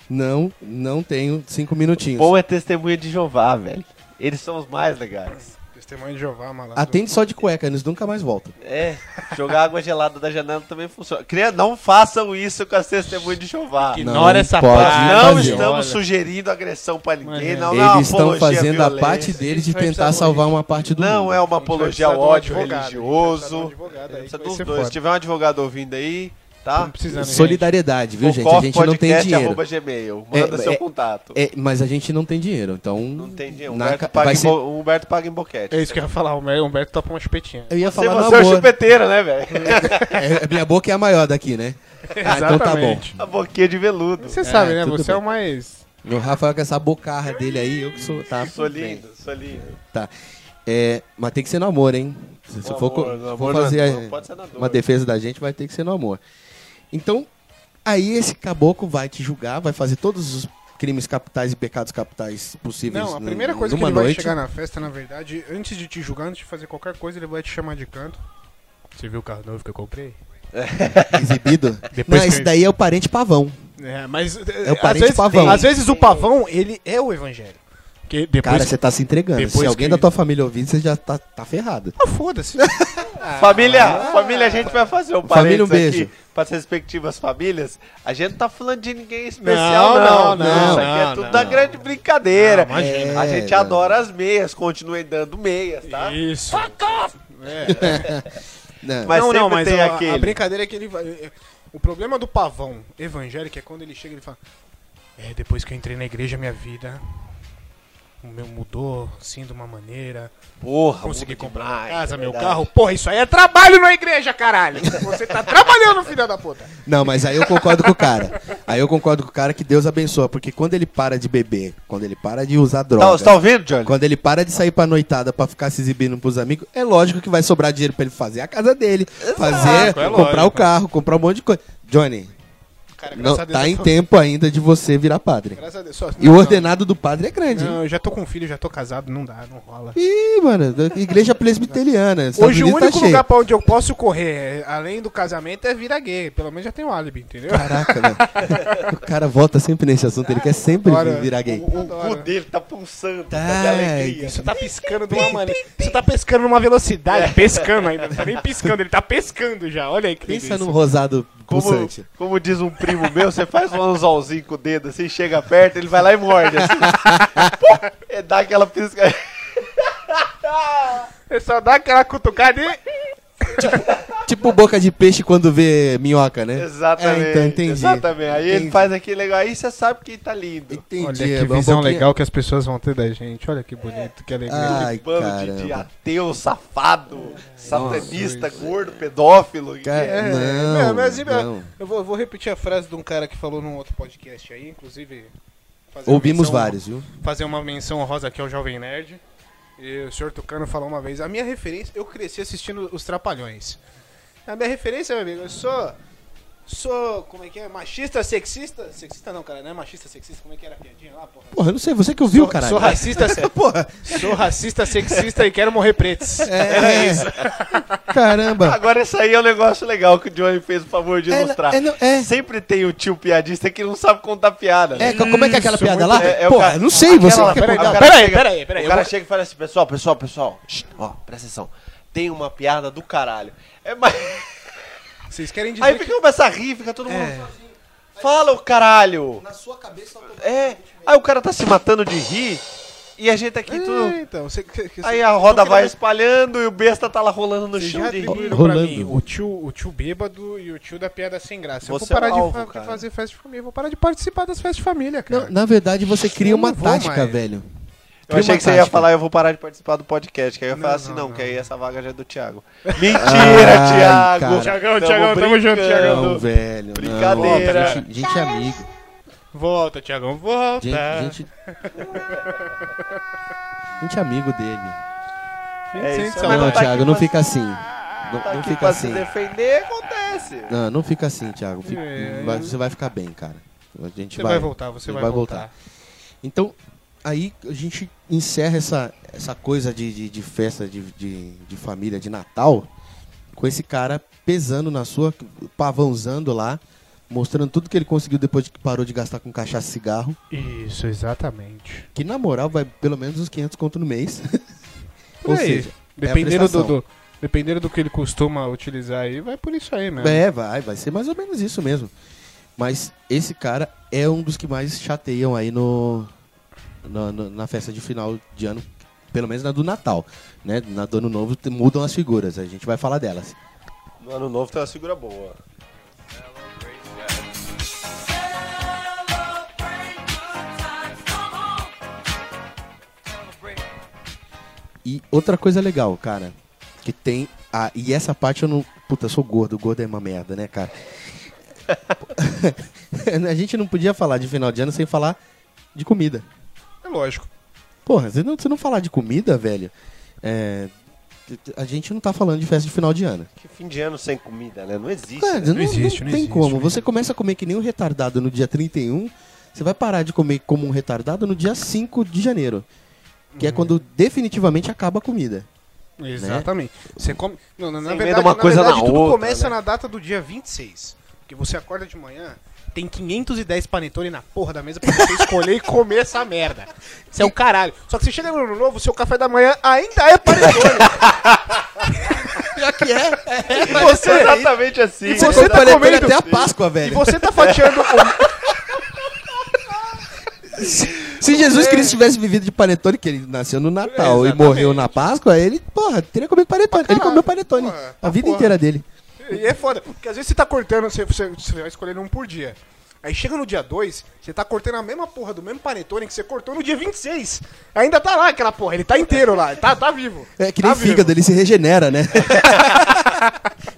não, não tenho cinco minutinhos.
Bom é testemunha de Jeová, velho. Eles são os mais legais.
Testemunho de Jeová, malandro.
Atende só de cueca, eles nunca mais voltam.
É, jogar água gelada da janela também funciona. Cria- Não façam isso com as testemunhas de Jeová.
Que
Nós
Não
Ignora essa
pode
parte.
Não
fazer.
estamos sugerindo agressão pra ninguém. Não, não é uma
Eles estão
apologia à
fazendo a
violência.
parte deles de
Vai precisar
tentar
de um
salvar uma parte do mundo.
Não é uma
A gente vai
apologia
precisar
ao
de um
ódio
advogado, a
religioso.
gente vai precisar de um advogado aí,
Precisa
que
dos
vai ser
dois.
foda.
Se tiver um advogado ouvindo aí, tá?
Não precisando, gente.
Solidariedade, viu, gente? A
Focoff
gente não tem
podcast é
dinheiro.
arroba gmail. Manda
É,
seu
é-
contato.
É, mas a gente não tem dinheiro, então.
Não tem dinheiro.
na
Humberto,
ca-
paga
vai
em
ser-
bo- Humberto paga em boquete.
É isso que eu ia falar, o Humberto, Humberto topa uma [laughs] chupetinha.
Eu ia
Você,
falar na
você é o
boa.
chupeteiro, né, velho?
É, minha boca é a maior daqui, né? Ah, então tá bom.
Exatamente.
A boquinha de veludo.
Você sabe, né?
tudo
Você é
bem.
o mais.
O Rafael com essa bocarra dele aí, eu que sou. Tá,
Sou
tudo bem.
lindo, sou lindo.
Tá. É, mas tem que ser no amor, hein? Se, se
No
for, co-
amor, no
for
amor,
fazer
não-
a-
não pode ser na dor.
uma defesa da gente, vai ter que ser no amor. Então, aí esse caboclo vai te julgar, vai fazer todos os crimes capitais e pecados capitais possíveis.
Não, a
n-
primeira coisa que
numa
ele vai
noite.
chegar na festa, na verdade, antes de te julgar, antes de fazer qualquer coisa, ele vai te chamar de canto. Você viu o carro novo que eu comprei?
[laughs] exibido.
[laughs] Depois
não,
que
esse
eu-
daí é o parente pavão.
É, mas.
o
às
parente
vezes,
pavão.
Às vezes o pavão, ele é o evangelho. Porque depois.
Cara, você tá se entregando. Se
depois
alguém
que-
da tua família ouvir, você já tá, tá ferrado.
Ah, foda-se.
[laughs]
Ah. Família, família, a gente vai fazer um
Ah. Família, um
parênteses
beijo.
aqui para as respectivas famílias. A gente não tá falando de ninguém especial, não.
não,
não,
Isso aqui é
não,
tudo
não.
da grande brincadeira.
Não, imagina.
a gente
É,
adora as meias, continuem dando meias, tá?
Isso.
Fuck off!
Não.
Mas
Ah, não,
sempre
não, mas
tem
a, a
aquele.
brincadeira é que ele vai. O problema do pavão evangélico é quando ele chega e ele fala: É, depois que eu entrei na igreja, minha vida. O meu mudou, assim, de uma maneira.
Porra,
Consegui
muda
comprar
demais,
casa,
é
meu
verdade.
carro. Porra, isso aí é trabalho na igreja, caralho. Você tá trabalhando, filha da puta.
Não, mas aí eu concordo com o cara. Aí eu concordo com o cara que Deus abençoa. Porque quando ele para de beber, quando ele para de usar droga.
Tá, você tá ouvindo, Johnny?
Quando ele para de sair pra noitada pra ficar se exibindo pros amigos, é lógico que vai sobrar dinheiro pra ele fazer a casa dele, fazer,
é
comprar
lógico.
o carro, comprar um monte de coisa. Johnny,
Cara,
não,
graças a Deus.
tá
eu
em
tô-
tempo ainda de você virar padre.
Graças a Deus. só-
E
não,
o
não.
ordenado do padre é grande. hein?
Não, eu já tô com filho, já tô casado, não dá, não rola.
Ih, mano, da- igreja presbiteriana. Estados
Hoje o
Unidos tá
único
cheio.
lugar pra onde eu posso correr, é, além do casamento, é virar gay. Pelo menos já tem um álibi, entendeu?
Caraca, velho. O cara volta sempre nesse assunto, ele quer sempre
Adoro.
virar gay.
O cu dele tá pulsando, tá, de
Tá,
alegria.
Você tá piscando de uma maneira. Você tá pescando numa
É.
velocidade. Pescando ainda. Não tá nem piscando, ele tá pescando já. Olha aí que
Pensa
delícia.
num rosado
Como,
pulsante.
como diz um primo meu, você faz um anzolzinho com o dedo assim, chega perto, ele vai lá e morde. Assim. Pô,
[laughs]
é, dá aquela pisca.
Você só dá aquela cutucada e.
Tipo boca de peixe quando vê minhoca, né?
Exatamente.
É, então, entendi.
Exatamente. Aí ele
Entendi.
faz aquele legal. Aí você sabe que tá lindo.
Entendi.
Olha
é
que
um
visão
pouquinho-
legal que as pessoas vão ter da gente. Olha que bonito, que alegria.
Ai,
Bando de, de
caramba.
ateu, safado, satanista, gordo, pedófilo. que
Cara,
é-
não,
mas,
não.
Eu vou, eu vou repetir a frase de um cara que falou num outro podcast aí, inclusive. fazer
Ouvimos
menção-
vários, viu?
Fazer uma menção rosa aqui ao Jovem Nerd. E o senhor Tucano falou uma vez: A minha referência, eu cresci assistindo Os Trapalhões. A minha referência, meu amigo, eu sou. Sou, como é que é? Machista, sexista? Sexista não, cara, não é machista, sexista, como é que era a piadinha lá, porra?
Porra, eu não sei, você que ouviu,
sou,
caralho.
sou racista,
[laughs]
se-
Porra,
sou racista, sexista e quero morrer pretos.
é isso. Caramba.
Agora isso aí é um negócio legal que o Johnny fez o favor de
É,
ilustrar.
é, não, é.
Sempre tem o tio piadista que não sabe contar piada. né?
É, co- como é que é aquela
Isso,
piada lá?
muito-
é, é o
Porra,
cara-
eu não sei, você
Aquela-
que quer
peraí,
contar.
o cara
peraí,
chega-
peraí, peraí,
O
eu
cara
vou-
chega e fala assim, pessoal, pessoal, pessoal, shh, ó, presta atenção. Tem uma piada do caralho. É, mas...
Vocês querem dizer
Aí
que
fica, começa a rir, fica todo mundo
É.
sozinho. Fala o caralho! Na sua cabeça... É, aí o cara tá se matando de rir e a gente tá aqui tudo...
É, então, você, que- que-
Aí a roda
então que
vai
na-
espalhando e o besta tá lá rolando no
Vocês já
chão de rir.
atribuíram pra
Rolando.
mim o tio, o tio bêbado e o tio da piada sem graça. eu vou
Você é um
parar de
alvo,
fa-
cara.
fazer festa de família, eu vou parar de participar das festas de família, cara.
Não, na verdade, você cria uma
não vou
tática,
mais.
velho.
Eu achei que você ia
tática.
falar, eu vou parar de participar do podcast, que aí eu ia falar
Não,
assim,
não,
não,
não.
que aí essa vaga já é do Thiago. Mentira,
Ai,
Thiago!
cara.
Thiagão, Thiagão, tamo
brincando.
junto, Thiagão.
Não, velho. não.
Brincadeira.
A gente, gente é amigo.
Volta, Tiagão,
Gente,
volta.
gente... gente é amigo dele.
É isso
Sente
aí.
saudade.
Não,
tá aqui
Thiago, não
pra-
fica assim. Não,
Tá
não
aqui
fica
pra se
assim.
defender, acontece.
Não, não fica assim, Thiago. Fica-
É,
vai- você vai ficar bem, cara. A gente
Você vai voltar, você
ele
vai
vai
voltar.
Então, aí a gente encerra essa, essa coisa de, de, de festa de, de, de família, de Natal, com esse cara pesando na sua, pavãozando lá, mostrando tudo que ele conseguiu depois que parou de gastar com cachaça e cigarro.
Isso, exatamente.
Que na moral vai pelo menos uns 500 conto no mês. [laughs]
Por
Ou
aí,
seja, é
Dependendo do,
prestação.
do- dependendo do que ele costuma utilizar aí, vai por isso aí, né?
É, vai, vai ser mais ou menos isso mesmo. Mas esse cara é um dos que mais chateiam aí no, na- na- na festa de final de ano, pelo menos na do Natal, né? Na do Ano Novo te- mudam as figuras, a gente vai falar delas.
No ano novo tem uma segura boa.
E outra coisa legal, cara, que tem a e essa parte eu não, puta, eu sou gordo, gordo é uma merda, né, cara? [laughs] a gente não podia falar de final de ano sem falar de comida.
É lógico.
Porra, se não, se não falar de comida, velho, é, a gente não tá falando de festa de final de ano.
Que fim de ano sem comida, né? Não existe.
Cara,
né?
não,
Não existe,
não
não
tem
existe,
como.
não
Você começa a comer que nem um retardado no dia 31, você vai parar de comer como um retardado no dia 5 de janeiro. Que é quando definitivamente acaba a comida.
Exatamente. Você come. Não, na, na
Né? Você emenda
verdade,
uma
na
coisa
verdade,
na
tudo
outra,
começa
né?
na data do dia 26. Porque você acorda de manhã, tem 510 panetone na porra da mesa pra você [laughs] escolher e comer essa merda. Isso é o caralho. Só que você chega no ano novo, seu café da manhã ainda é panetone.
[laughs] Já que é.
tá-
Você é exatamente assim.
Você
Você
come
tá
panetone
comendo-
até a Páscoa,
e
velho.
você tá fatiando o.
Se Jesus Cristo tivesse vivido de panetone, que ele nasceu no Natal e
Exatamente.
morreu na Páscoa, ele, porra, teria comido panetone. ele comeu panetone
porra,
a vida
porra.
inteira dele.
E é foda. Porque às vezes você tá cortando, você, você, você vai escolhendo um por dia. Aí chega no dia 2, você tá cortando a mesma porra do mesmo panetone que você cortou no dia 26. Ainda tá lá aquela porra, ele tá inteiro lá, tá, tá vivo.
É que nem
Tá vivo.
fígado, ele se regenera, né? [laughs]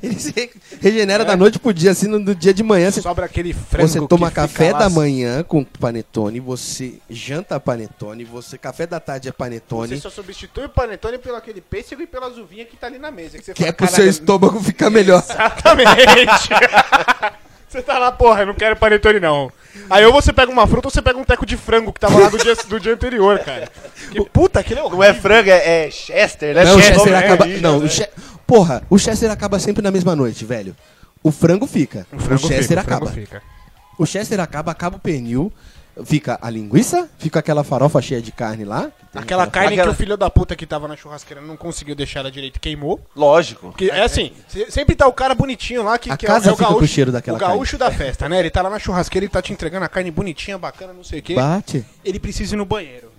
ele se re- regenera da noite pro dia, assim, no, no dia de manhã. Você,
Sobra aquele frango
você
que
toma
fica
café
lá,
da
assim.
manhã com panetone, você janta panetone, você café da tarde é
Você
panetone,
só substitui o panetone pelo aquele pêssego e pelas uvinhas que tá ali na mesa. Que, você
que é
fala,
pro seu
"Caralho,
estômago ficar melhor.
Exatamente. [laughs] você tá lá, porra, eu não quero panetone não. Aí ou você pega uma fruta ou você pega um teco de frango que tava lá do dia, do dia anterior, cara.
[laughs]
Que puta, aquele é
Não é frango, é, é Chester, né?
Não, o Chester é
né?
acaba...
Isso,
Não,
né?
o Che- Porra, o Chester acaba sempre na mesma noite, velho. O frango fica, o, Chester acaba. O Chester acaba, acaba o pernil, fica a linguiça, fica aquela farofa cheia de carne lá.
Aquela carne
Aquela-
que o filho da puta que tava na churrasqueira não conseguiu deixar ela direito, queimou.
Lógico.
Porque é assim, se- sempre tá o cara bonitinho lá que,
A
que
casa
é, o, é o
fica com
gaúcho,
o cheiro daquela
o gaúcho da festa, né? Ele tá lá na churrasqueira, ele tá te entregando a carne bonitinha, bacana, não sei o quê.
Bate.
ele precisa ir no banheiro.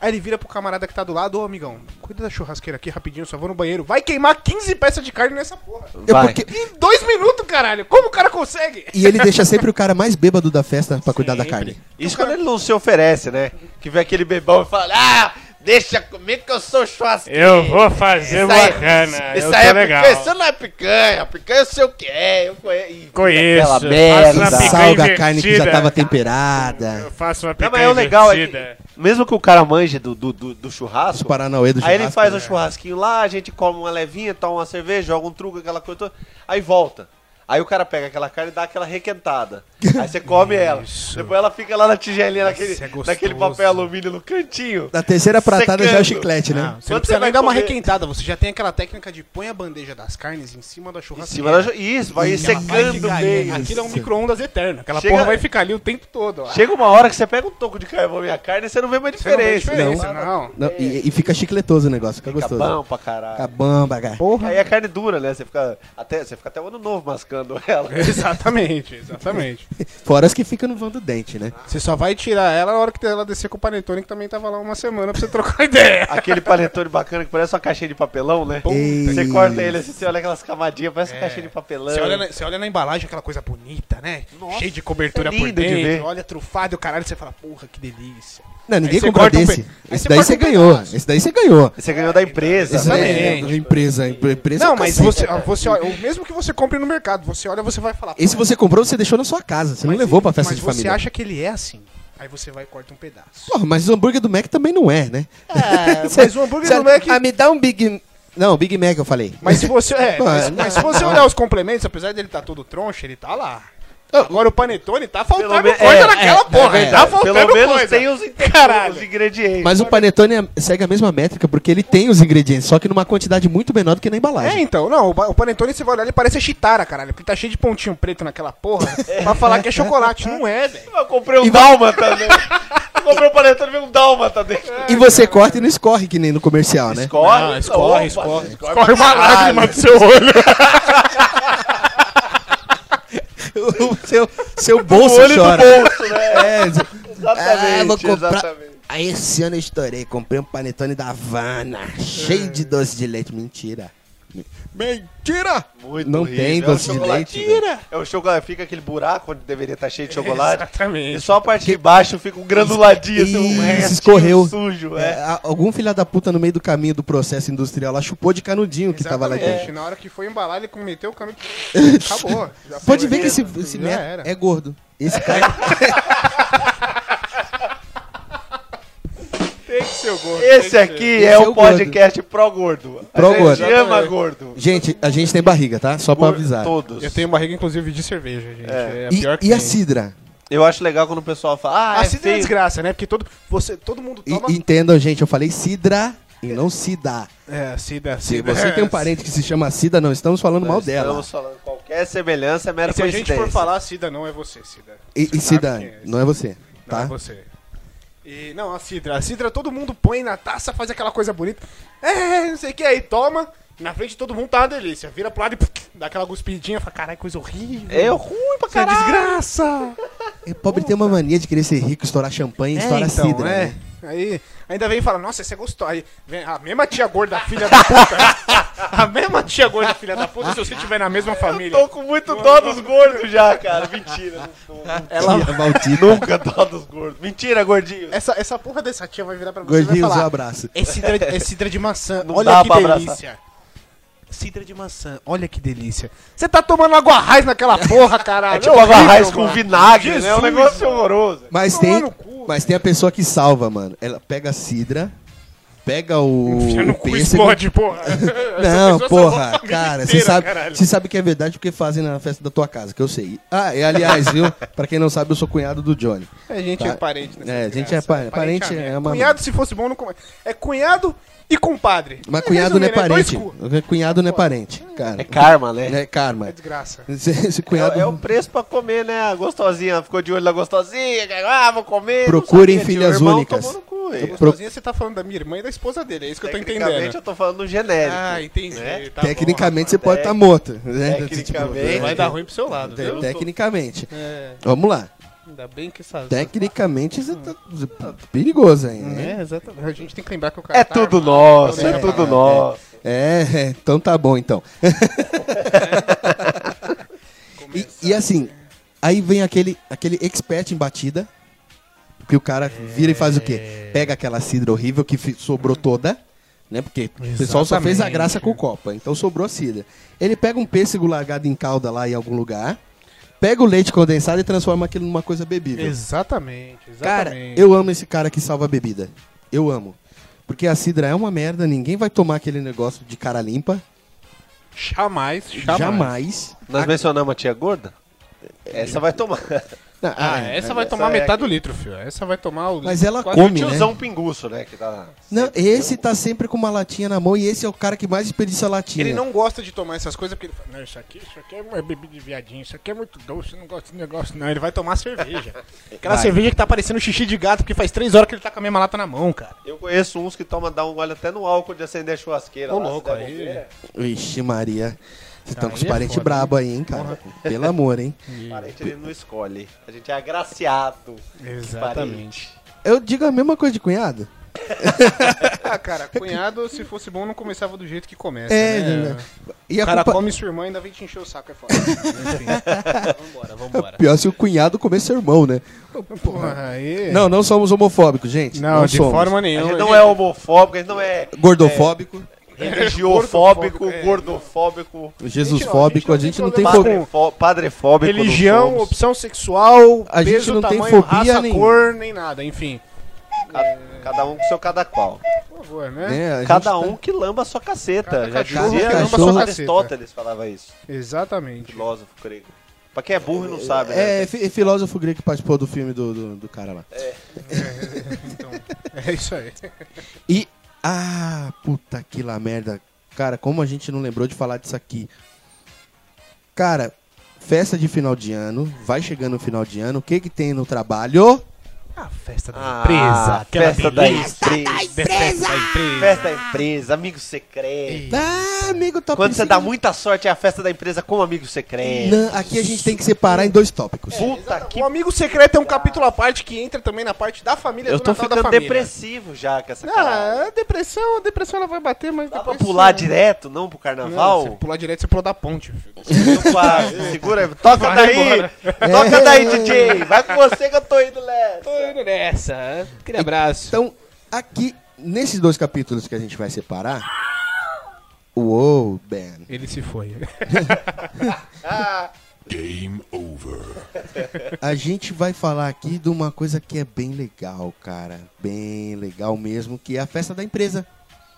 Aí ele vira pro camarada que tá do lado, ô amigão, cuida da churrasqueira aqui rapidinho, só vou no banheiro. Vai queimar 15 peças de carne nessa porra.
É
Vai.
porque-
Em dois minutos, caralho, como o cara consegue?
E ele deixa sempre o cara mais bêbado da festa pra cuidar da carne.
Isso quando ele não se oferece, né? Que vem aquele bebão e fala, ah, deixa comigo que eu sou churrasqueiro.
Eu vou fazer
Isso aí-
bacana.
Isso
eu tô
aí é
legal.
picanha, isso não é picanha, picanha eu sei o que é, eu conheço. Ih,
Conheço.
aquela
faço uma
merda.
picanha
Salga a carne que já
invertida.
tava temperada.
Eu faço uma
Não,
picanha
mas é o legal, é que
invertida.
mesmo que o cara manje do, do, do, do churrasco,
Paranauê do
aí ele
churrasco,
faz
né?
um churrasquinho lá, a gente come uma levinha, toma uma cerveja, joga um truco, aquela coisa toda, aí volta. Aí o cara pega aquela carne e dá aquela
[laughs]
requentada. Aí você come ela. Depois ela fica lá na tigelinha, naquele,
é gostoso.
naquele papel alumínio no cantinho.
Na terceira pratada já é
Secando.
o chiclete, né?
Não, você não
Quando
precisa
você vai
nem dar uma
comer-
requentada, você já tem aquela técnica de põe a bandeja das carnes em cima da
Em
churrasqueira.
cima da... ju- Isso, vai
Aquela parte de
secando o
galinha,
meio.
Aquilo é um micro-ondas eterno, aquela
Chega-
porra vai ficar ali o tempo todo. ó.
Chega uma hora que você pega um toco de carvão e a carne e você não vê mais
Você não vê
diferença.
diferença, não. [laughs]
Não, e, e fica chicletoso o negócio, fica,
Fica
gostoso.
bom pra caralho.
Fica bamba, cara.
Porra.
Aí a carne dura, né? Você fica até, você fica até o ano novo mascando ela.
Exatamente, exatamente.
Fora as que fica no vão do dente, né?
Você só vai tirar ela na hora que ela descer com o panetone, que também tava lá uma semana pra você trocar [laughs] ideia.
Aquele panetone bacana que parece uma caixinha de papelão, né?
Ei.
Você corta ele assim, você olha aquelas camadinhas, parece uma caixinha de papelão.
É. Você olha, na, você olha na embalagem, aquela coisa bonita, né?
Nossa,
Cheio de cobertura
é
por
lindo de
dentro.
ver.
Olha trufado e o caralho, você fala, porra, que delícia.
Não, ninguém
você
comprou
corta um
desse.
pe- aí
Esse
você
daí
corta
você
um
ganhou.
pedaço.
Esse daí você ganhou.
Você ganhou da empresa. né?
Esse daí é
Exatamente.
empresa, empre- empresa.
Não,
é
mas
cacete.
você, você olha, o mesmo que você compre no mercado, você olha, você vai falar.
Esse
"Porra,
você comprou, você deixou na sua casa. Você não
mas-
levou pra festa
mas
de
você
família.
acha que ele é assim. Aí você vai e corta um pedaço.
Porra, mas o hambúrguer do Mac também não é, né? [laughs]
É, mas o hambúrguer
Cê-
do Mac-
Ah, me dá um Big... Não, Big Mac eu falei.
Mas se você,
[laughs]
é,
Pô,
mas,
não,
mas se você olhar os complementos, apesar dele tá todo troncho, ele tá lá. Agora o panetone tá faltando
Pelo me-
coisa
é,
naquela porra, hein? tá faltando
Pelo menos
coisa.
tem os, inte-
Caralho.
os ingredientes.
Mas o panetone é- segue a mesma métrica porque ele tem os ingredientes, só que numa quantidade muito menor do que na
É,
embalagem.
então, não, o ba- o panetone você vai olhar, ele parece a chitara, caralho, porque tá cheio de pontinho preto naquela porra, pra falar que [laughs] é chocolate, não é, velho.
Eu comprei um dálmata, né? Eu comprei um panetone e veio um dálmata dentro.
É.
e
então,
você corta e não escorre que nem no comercial, né?
Escorre,
Não, escorre, escorre.
Escorre uma lágrima do seu
[laughs] [laughs]
[laughs]
o seu, seu bolso
olho do
chora.
bolso, né?
É,
[laughs]
Exatamente,
ah, vou comprar.
exatamente.
Aí esse ano eu estourei, comprei um panetone da Havana,
Hum.
cheio de doce de leite. Mentira. Me- Mentira!
Muito
Não
horrível.
tem
É um
doce de
chocolate.
leite. velho.
É o chocolate, fica aquele buraco onde deveria estar cheio de chocolate. E
Exatamente.
só a parte de baixo fica um granuladinho, assim, um
Isso,
restinho
escorreu.
sujo.
É,
É.
a- algum filho da puta no meio do caminho do processo industrial lá chupou de canudinho que tava lá dentro.
Exatamente, É, Na hora que foi embalar, ele cometeu o caminho. Acabou. já
Pode
foi.
ver que esse, esse
É. Já
merda
era.
é gordo. Esse cara. [laughs]
Tem que ser o gordo.
Esse aqui é
é
o
o gordo.
podcast pro gordo.
Pro
a gente
gordo.
ama gordo.
Gente, a gente tem barriga, tá? Só pra
Por
avisar.
Todos.
Eu tenho barriga, inclusive, de cerveja, gente. É, a
E, assim,
pior que
e a
tem.
Sidra?
Eu acho legal quando o pessoal fala, ah,
A
é
cidra é
feio.
desgraça, né? Porque todo, você, todo mundo
E-
toma.
Entendam, gente, eu falei Sidra e não Sida.
É, cidra,
Se
cidra.
você tem um parente que se chama Sida, não estamos falando mal dela.
Estamos falando, qualquer semelhança é mera
E se a gente
coincidência.
for falar, Cida não é você, Cida.
E, e Sida,
quem é esse.
não é você,
Não
tá?
é você. E não, a Cidra. A Cidra todo mundo põe na taça, faz aquela coisa bonita. É, não sei o que, aí toma. Na frente de todo mundo tá uma delícia. Vira pro lado e pff, dá aquela cuspidinha, fala, caralho, coisa horrível.
É ruim pra
Isso é
caralho.
desgraça!
E É, pobre tem uma mania de querer ser rico, estourar champanhe e estourar Sidra.
é.
né?
Aí ainda vem e fala, nossa, você gostou. Aí vem a mesma tia [laughs] gorda, filha da puta. né? a mesma tia gorda, filha da puta, se você tiver na mesma família.
Tô com muito dó dos gordos já, cara. Mentira.
[laughs]
não tô.
Tia Valdita.
Nunca dó dos gordos. Mentira, gordinho.
Essa, essa porra dessa tia vai virar pra você e vai
Gordinhos, um
falar,
abraço.
É cidra, é cidra de maçã.
Não dá
olha que
pra abraçar.
delícia. Cidra de maçã. Olha que delícia. Você tá tomando água raiz naquela [laughs] porra, caralho.
É tipo
horrível,
água raiz com
mano.
vinagre, né? É um
Jesus,
negócio horroroso.
Mas
Tomar
tem,
no cu,
mas tem a pessoa que salva, mano. Ela pega a Sidra, pega o.
Enfia no
o
cu e
pêssego-
explode,
[laughs]
porra.
Não,
pessoa salvou
porra,
a família
cara, você
inteira,
sabe,
caralho.
você sabe que é verdade porque fazem na festa da tua casa, que eu sei. Ah, e aliás,
[laughs]
viu? Pra quem não sabe, eu sou cunhado do Johnny.
A gente
Tá.
é parente. nessa
É, a gente
desgraça.
é pa- parente,
a
é
merda.
uma-
né? Cunhado, se fosse bom, não... come- É cunhado e compadre.
Mas
É,
cunhado não é
resumindo,
parente.
dois cu.
Cunhado não é parente, cara.
karma, né?
É
É
karma.
desgraça.
[laughs] Esse esse cunhado.
É, é o preço pra comer, né? A gostosinha ficou de olho na gostosinha. que, Ah, vou comer. não
Procurem
sabia, tio.
filhas
O irmão
únicas.
tomou no cu, hein?
Pro-
Sozinha você tá falando da minha irmã e da esposa dele, é isso que eu tô
Tecnicamente,
entendendo.
eu tô falando no genérico.
Ah, entendi.
né?
tá bom,
Tecnicamente você
rapaz.
pode
É,
estar morto. né?
Tecnicamente.
Vai dar ruim pro seu lado. né?
Te-
viu?
Tecnicamente.
É,
Vamos lá.
ainda bem que essa...
Tecnicamente você tá você tá perigoso aí, né?
É, exatamente. A gente tem que lembrar que o cara
é
tá
tudo
armado,
nosso,
né?
é tudo
É,
nosso.
É, é, então tá bom então. E- e, assim, aí vem aquele, aquele expert em batida. Que o cara vira e faz o quê? Pega aquela cidra horrível que fi- sobrou toda, né? Porque o pessoal só fez a graça com o copa, então sobrou a cidra. Ele pega um pêssego largado em calda lá em algum lugar, pega o leite condensado e transforma aquilo numa coisa bebível.
Exatamente,
Cara,
exatamente.
eu amo esse cara que salva a bebida. Eu amo. Porque a cidra é uma merda, ninguém vai tomar aquele negócio de cara limpa.
Jamais, jamais.
Jamais.
Nós mencionamos a tia gorda? Essa vai tomar.
Não,
Ah,
ah, é.
essa vai
essa
tomar
é
metade do litro, filho. Essa vai tomar o
Mas ela
O
come, né?
tiozão pinguço, né? Que tá...
Não, esse tá sempre com uma latinha na mão e esse é o cara que mais desperdiça a latinha.
Ele não gosta de tomar essas coisas porque ele fala, não, isso aqui, isso aqui é uma bebida de viadinho, isso aqui é muito doce, eu não gosto desse negócio, não. Ele vai tomar cerveja. [laughs] Aquela
Vai.
cerveja que tá parecendo xixi de gato, porque faz três horas que ele tá com a mesma lata na mão, cara.
Eu conheço uns que toma dar um gole até no álcool de acender a churrasqueira.
Ô,
lá, se
louco,
der
aí-
bobeira.
Ixi, Maria. Vocês estão com os
Aí é
parentes
foda,
brabo aí, hein, cara? Pelo amor, hein?
Parente ele não escolhe. A gente é agraciado.
Exatamente.
Eu digo a mesma coisa de cunhado.
Ah, cara, cunhado, se fosse bom, não começava do jeito que começa,
É,
né?
E
O
a
cara
culpa...
come sua irmã e ainda vem te encher o saco, é foda. Enfim. vambora, vambora.
Pior se o cunhado comer seu irmão, né?
Porra, aí...
Não, não somos homofóbicos, gente.
Não, de
somos.
forma
A
nenhuma. né?
gente não é homofóbico, a gente não é.
Gordofóbico.
Religiofóbico,
Gordofóbico, é.
gordofóbico,
Jesusfóbico, a gente não tem
Gente,
fobia.
não,
padrefó- padrefóbico. não
Religião,
somos.
opção sexual,
A gente
peso,
não tem
tamanho,
fobia
raça,
nenhuma.
cor, nem nada, enfim.
Cada, cada um com seu cada qual.
Por favor, né?
Né? A gente
Cada
tá-
um que lamba a sua caceta.
Cada
Já
cachorro
dizia
que lamba a
sua
Aristóteles falava isso.
Exatamente.
Filósofo grego. Pra quem é burro e não sabe, né?
É, fi- filósofo grego que participou do filme do, do, do cara lá.
Então, é isso aí.
E. Ah, puta que lá merda. Cara, como a gente não lembrou de falar disso aqui. Cara, festa de final de ano, vai chegando o final de ano, o que que tem no trabalho?
A festa da
Ah,
empresa. aquela
festa da
beleza.
empresa.
Festa da empresa.
Festa da empresa, amigo secreto.
Ah, amigo, tá
Quando você dá
perseguindo.
muita sorte, é a festa da empresa com amigo secreto.
Não, aqui a gente tem que separar em dois tópicos.
Puta que
O amigo secreto é um capítulo à parte que entra também na parte da família
Eu
do
tô
Natal da
ficando
família.
depressivo já com essa cara.
Ah, a depressão, a depressão ela vai bater, mas
Dá pra
depois...
pular
você-
direto, não pro
tá Não, se
carnaval?
pular direto, você pula da ponte. filho.
Opa, segura, toca daí! Toca daí, DJ! Vai com você que eu tô indo, Léo!
Tô indo nessa. Aquele abraço.
Então, aqui, nesses dois capítulos que a gente vai separar. Uou, Ben.
Ele se foi.
A gente vai falar aqui de uma coisa que é bem legal, cara. Bem legal mesmo, que é a festa da empresa.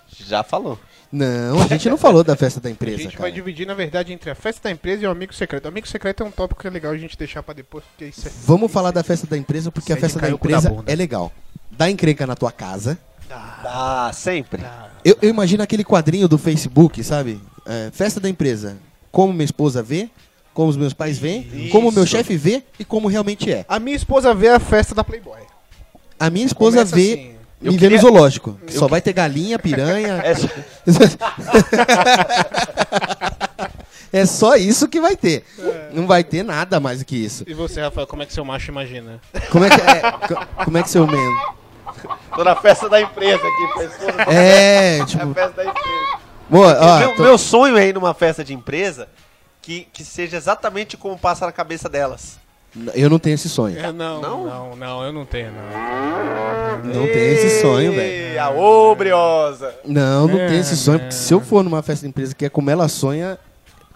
Já falou.
Não, a gente não falou da festa da
[laughs] A
empresa,
gente vai
cara.
dividir, na verdade, entre a festa da empresa e o amigo secreto. O amigo secreto é um tópico que é legal a gente deixar pra depois, porque isso é...
Vamos falar da festa da empresa, porque a
Isso aí
festa da
caiu né? o cu da
empresa
bunda.
é legal. Dá encrenca na tua casa.
Ah, sempre.
Eu, eu imagino aquele quadrinho do Facebook, sabe? É, festa da empresa. Como minha esposa vê, como os meus pais veem, como meu
Isso.
chefe vê e como realmente é.
A minha esposa vê a festa da Playboy.
A minha esposa
Começa
vê
assim.
me vê no zoológico. Só vai ter galinha, piranha.
É só-
[laughs] é só isso que vai ter. Não vai ter nada mais que isso.
E você, Rafael, como é que seu macho imagina?
Como é que é? co- Como é que seu men?
Tô na festa da empresa aqui, pessoal.
[laughs] É,
[laughs]
tipo,
festa da empresa.
mo- ó,
meu,
Ah, tô-
meu sonho é ir numa festa de empresa que, que seja exatamente como passa na cabeça delas.
eu não tenho esse sonho.
É, não,
Não?
não, não, eu não tenho, não.
Não tenho esse sonho, velho.
Ih, Aô, briosa!
Não, não tenho esse sonho, porque
é.
se eu for numa festa de empresa que é como ela sonha,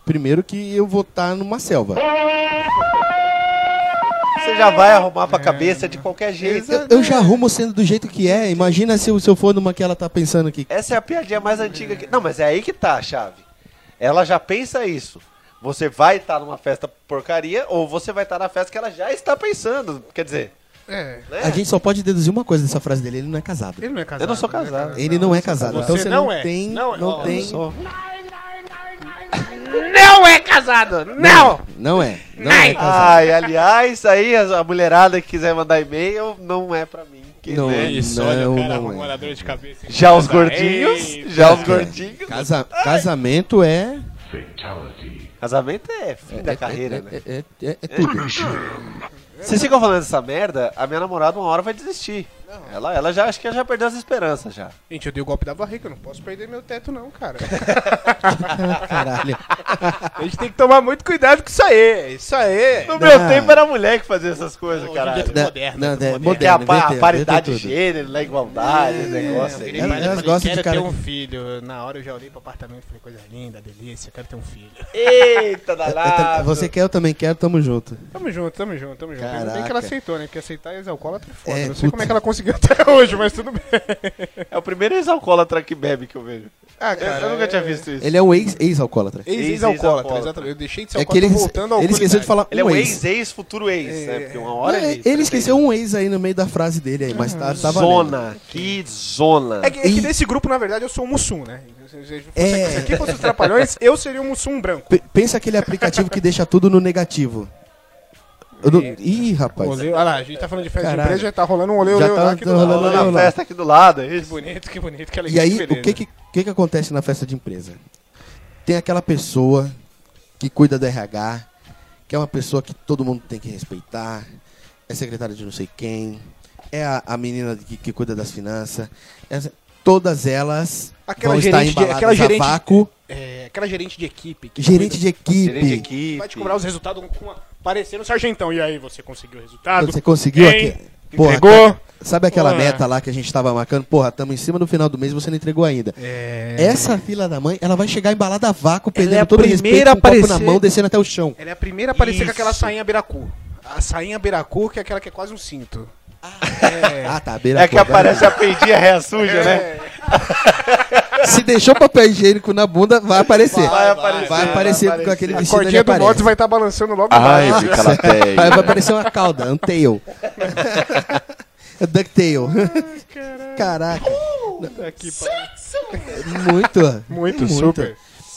primeiro que eu vou estar numa selva.
Você já vai arrumar pra cabeça de
É.
qualquer jeito.
Eu, eu já arrumo sendo do jeito que é. Imagina se eu, se eu for numa que ela tá pensando que
Essa é a piadinha mais antiga que. Não, mas é aí que tá a chave. Ela já pensa isso. Você vai estar numa festa porcaria ou você vai estar na festa que ela já está pensando. Quer dizer,
É,
né?
A gente só pode deduzir uma coisa dessa frase dele, ele não é casado.
ele não é casado.
Eu não sou
ele é
casado.
Ele não é casado, então
Você
você
não
não
é.
tem,
Não é.
não
Ó,
tem,
Não é casado! Não!
não é, não é casado.
Ai, aliás, aí a a mulherada que quiser mandar e-mail, não é pra mim. que,
Não,
né?
Isso, olha, o
Não,
cara
não
arrumou
é.
uma dor de cabeça.
Já os gordinhos,
Ei,
já os gordinhos.
Casa- casamento é,
Casamento é fim da carreira, né?
é, é- é- é tudo.
Vocês ficam falando dessa merda, a minha namorada uma hora vai desistir. Ela, ela já acho que ela já perdeu as esperanças já.
Gente, eu dei o golpe da barriga, eu não posso perder meu teto, não, cara.
Caralho.
[laughs] a gente tem que tomar muito cuidado com isso aí. Isso aí.
No
É, Não.
meu tempo era mulher que fazia essas coisas, caralho.
Não,
Moderno,
não, é
Tem a,
moderno,
pa- a
inventou-
paridade
inventou
de
tudo. É,
gênero, né? Igualdade, esse negócio aí.
Elas- elas gostam de
quero
cara
ter um
que-
filho. Na hora eu já olhei pro apartamento e falei, coisa linda, delícia, quero ter um filho.
Eita,
Eu tam-
danado.
É, Você quer, eu também quero, tamo junto.
Tamo junto, tamo junto, tamo junto. Ainda bem que
Caraca.
ela aceitou, né? Porque aceitar ex-alcoólatra é foda.
É,
não
puta.
sei como é que ela conseguiu [laughs] até hoje, mas tudo bem.
É o primeiro ex-alcoólatra que bebe que eu vejo.
Ah,
Eu, eu nunca tinha visto isso.
Ele é um ex- ex-alcoólatra.
Ex-alcoólatra,
Ex-ex-alcoólatra.
exatamente. Eu deixei de ser
é que ele,
alcoólatra tá voltando ao
ele esqueceu de falar
Ele é
um
um
ex. É,
ex-ex, futuro ex, né? Porque uma hora
Não, ele, esqueceu um ex aí no meio da frase dele aí, mas tá, tá valendo.
Zona, que zona.
É que, é que
E-
nesse grupo, na verdade, eu sou o Mussum, né? Se- se- se-
É.
Se aqui fosse os Trapalhões, eu seria o Mussum branco.
P- pensa aquele aplicativo que deixa tudo no negativo. Eu não- Ih, rapaz.
Olê, olha lá, a gente tá falando de festa
Caralho.
de empresa, já tá rolando um olê,
Já
olê,
tá-
olá aqui
tá
do lado.
rolando-
Rolando na
Olha lá.
festa aqui do lado, é
Que
isso?
bonito, que bonito, que
E
alegria.
aí,
beleza.
o que que, o que que acontece na festa de empresa? Tem aquela pessoa que cuida do RH, que é uma pessoa que todo mundo tem que respeitar, é secretária de não sei quem, é a, a menina que, que cuida das finanças, essa- todas elas
Aquela
vão estar
gerente de-
embaladas
aquela gerente-
a vácuo,
É, aquela gerente de equipe. Que
gerente de equipe.
Gerente de
cuida-
equipe.
Vai te cobrar os
Então,
resultados com uma... parecendo sargentão. E aí, você conseguiu o resultado?
Você conseguiu
Hein?
aqui. Porra,
Entregou?
tá- Sabe aquela
Ué.
meta lá que a gente tava marcando? Porra, tamo em cima do final do mês e você não entregou ainda. Essa fila da mãe, ela vai chegar embalada a vácuo, perdendo
é a
todo o respeito,
primeira
com
a
o copo na
aparecer.
mão, descendo até o chão.
Ela é a primeira a aparecer com aquela
Isso.
sainha beiracu. A sainha beiracu que é aquela que é quase um cinto.
Ah, tá, beira
É que aparece a peidinha ré suja, né?
Se deixou papel higiênico na bunda, vai aparecer.
Vai
Vai,
aparecer.
aparecer com aquele
A
vestido ali
cordinha do
aparece.
Mortis vai estar balançando logo
Ai,
embaixo.
[laughs]
fica na
Aí vai
pele.
aparecer uma cauda, um tail. [laughs] É Ducktail. [laughs] Caraca. Muito.
Muito, super.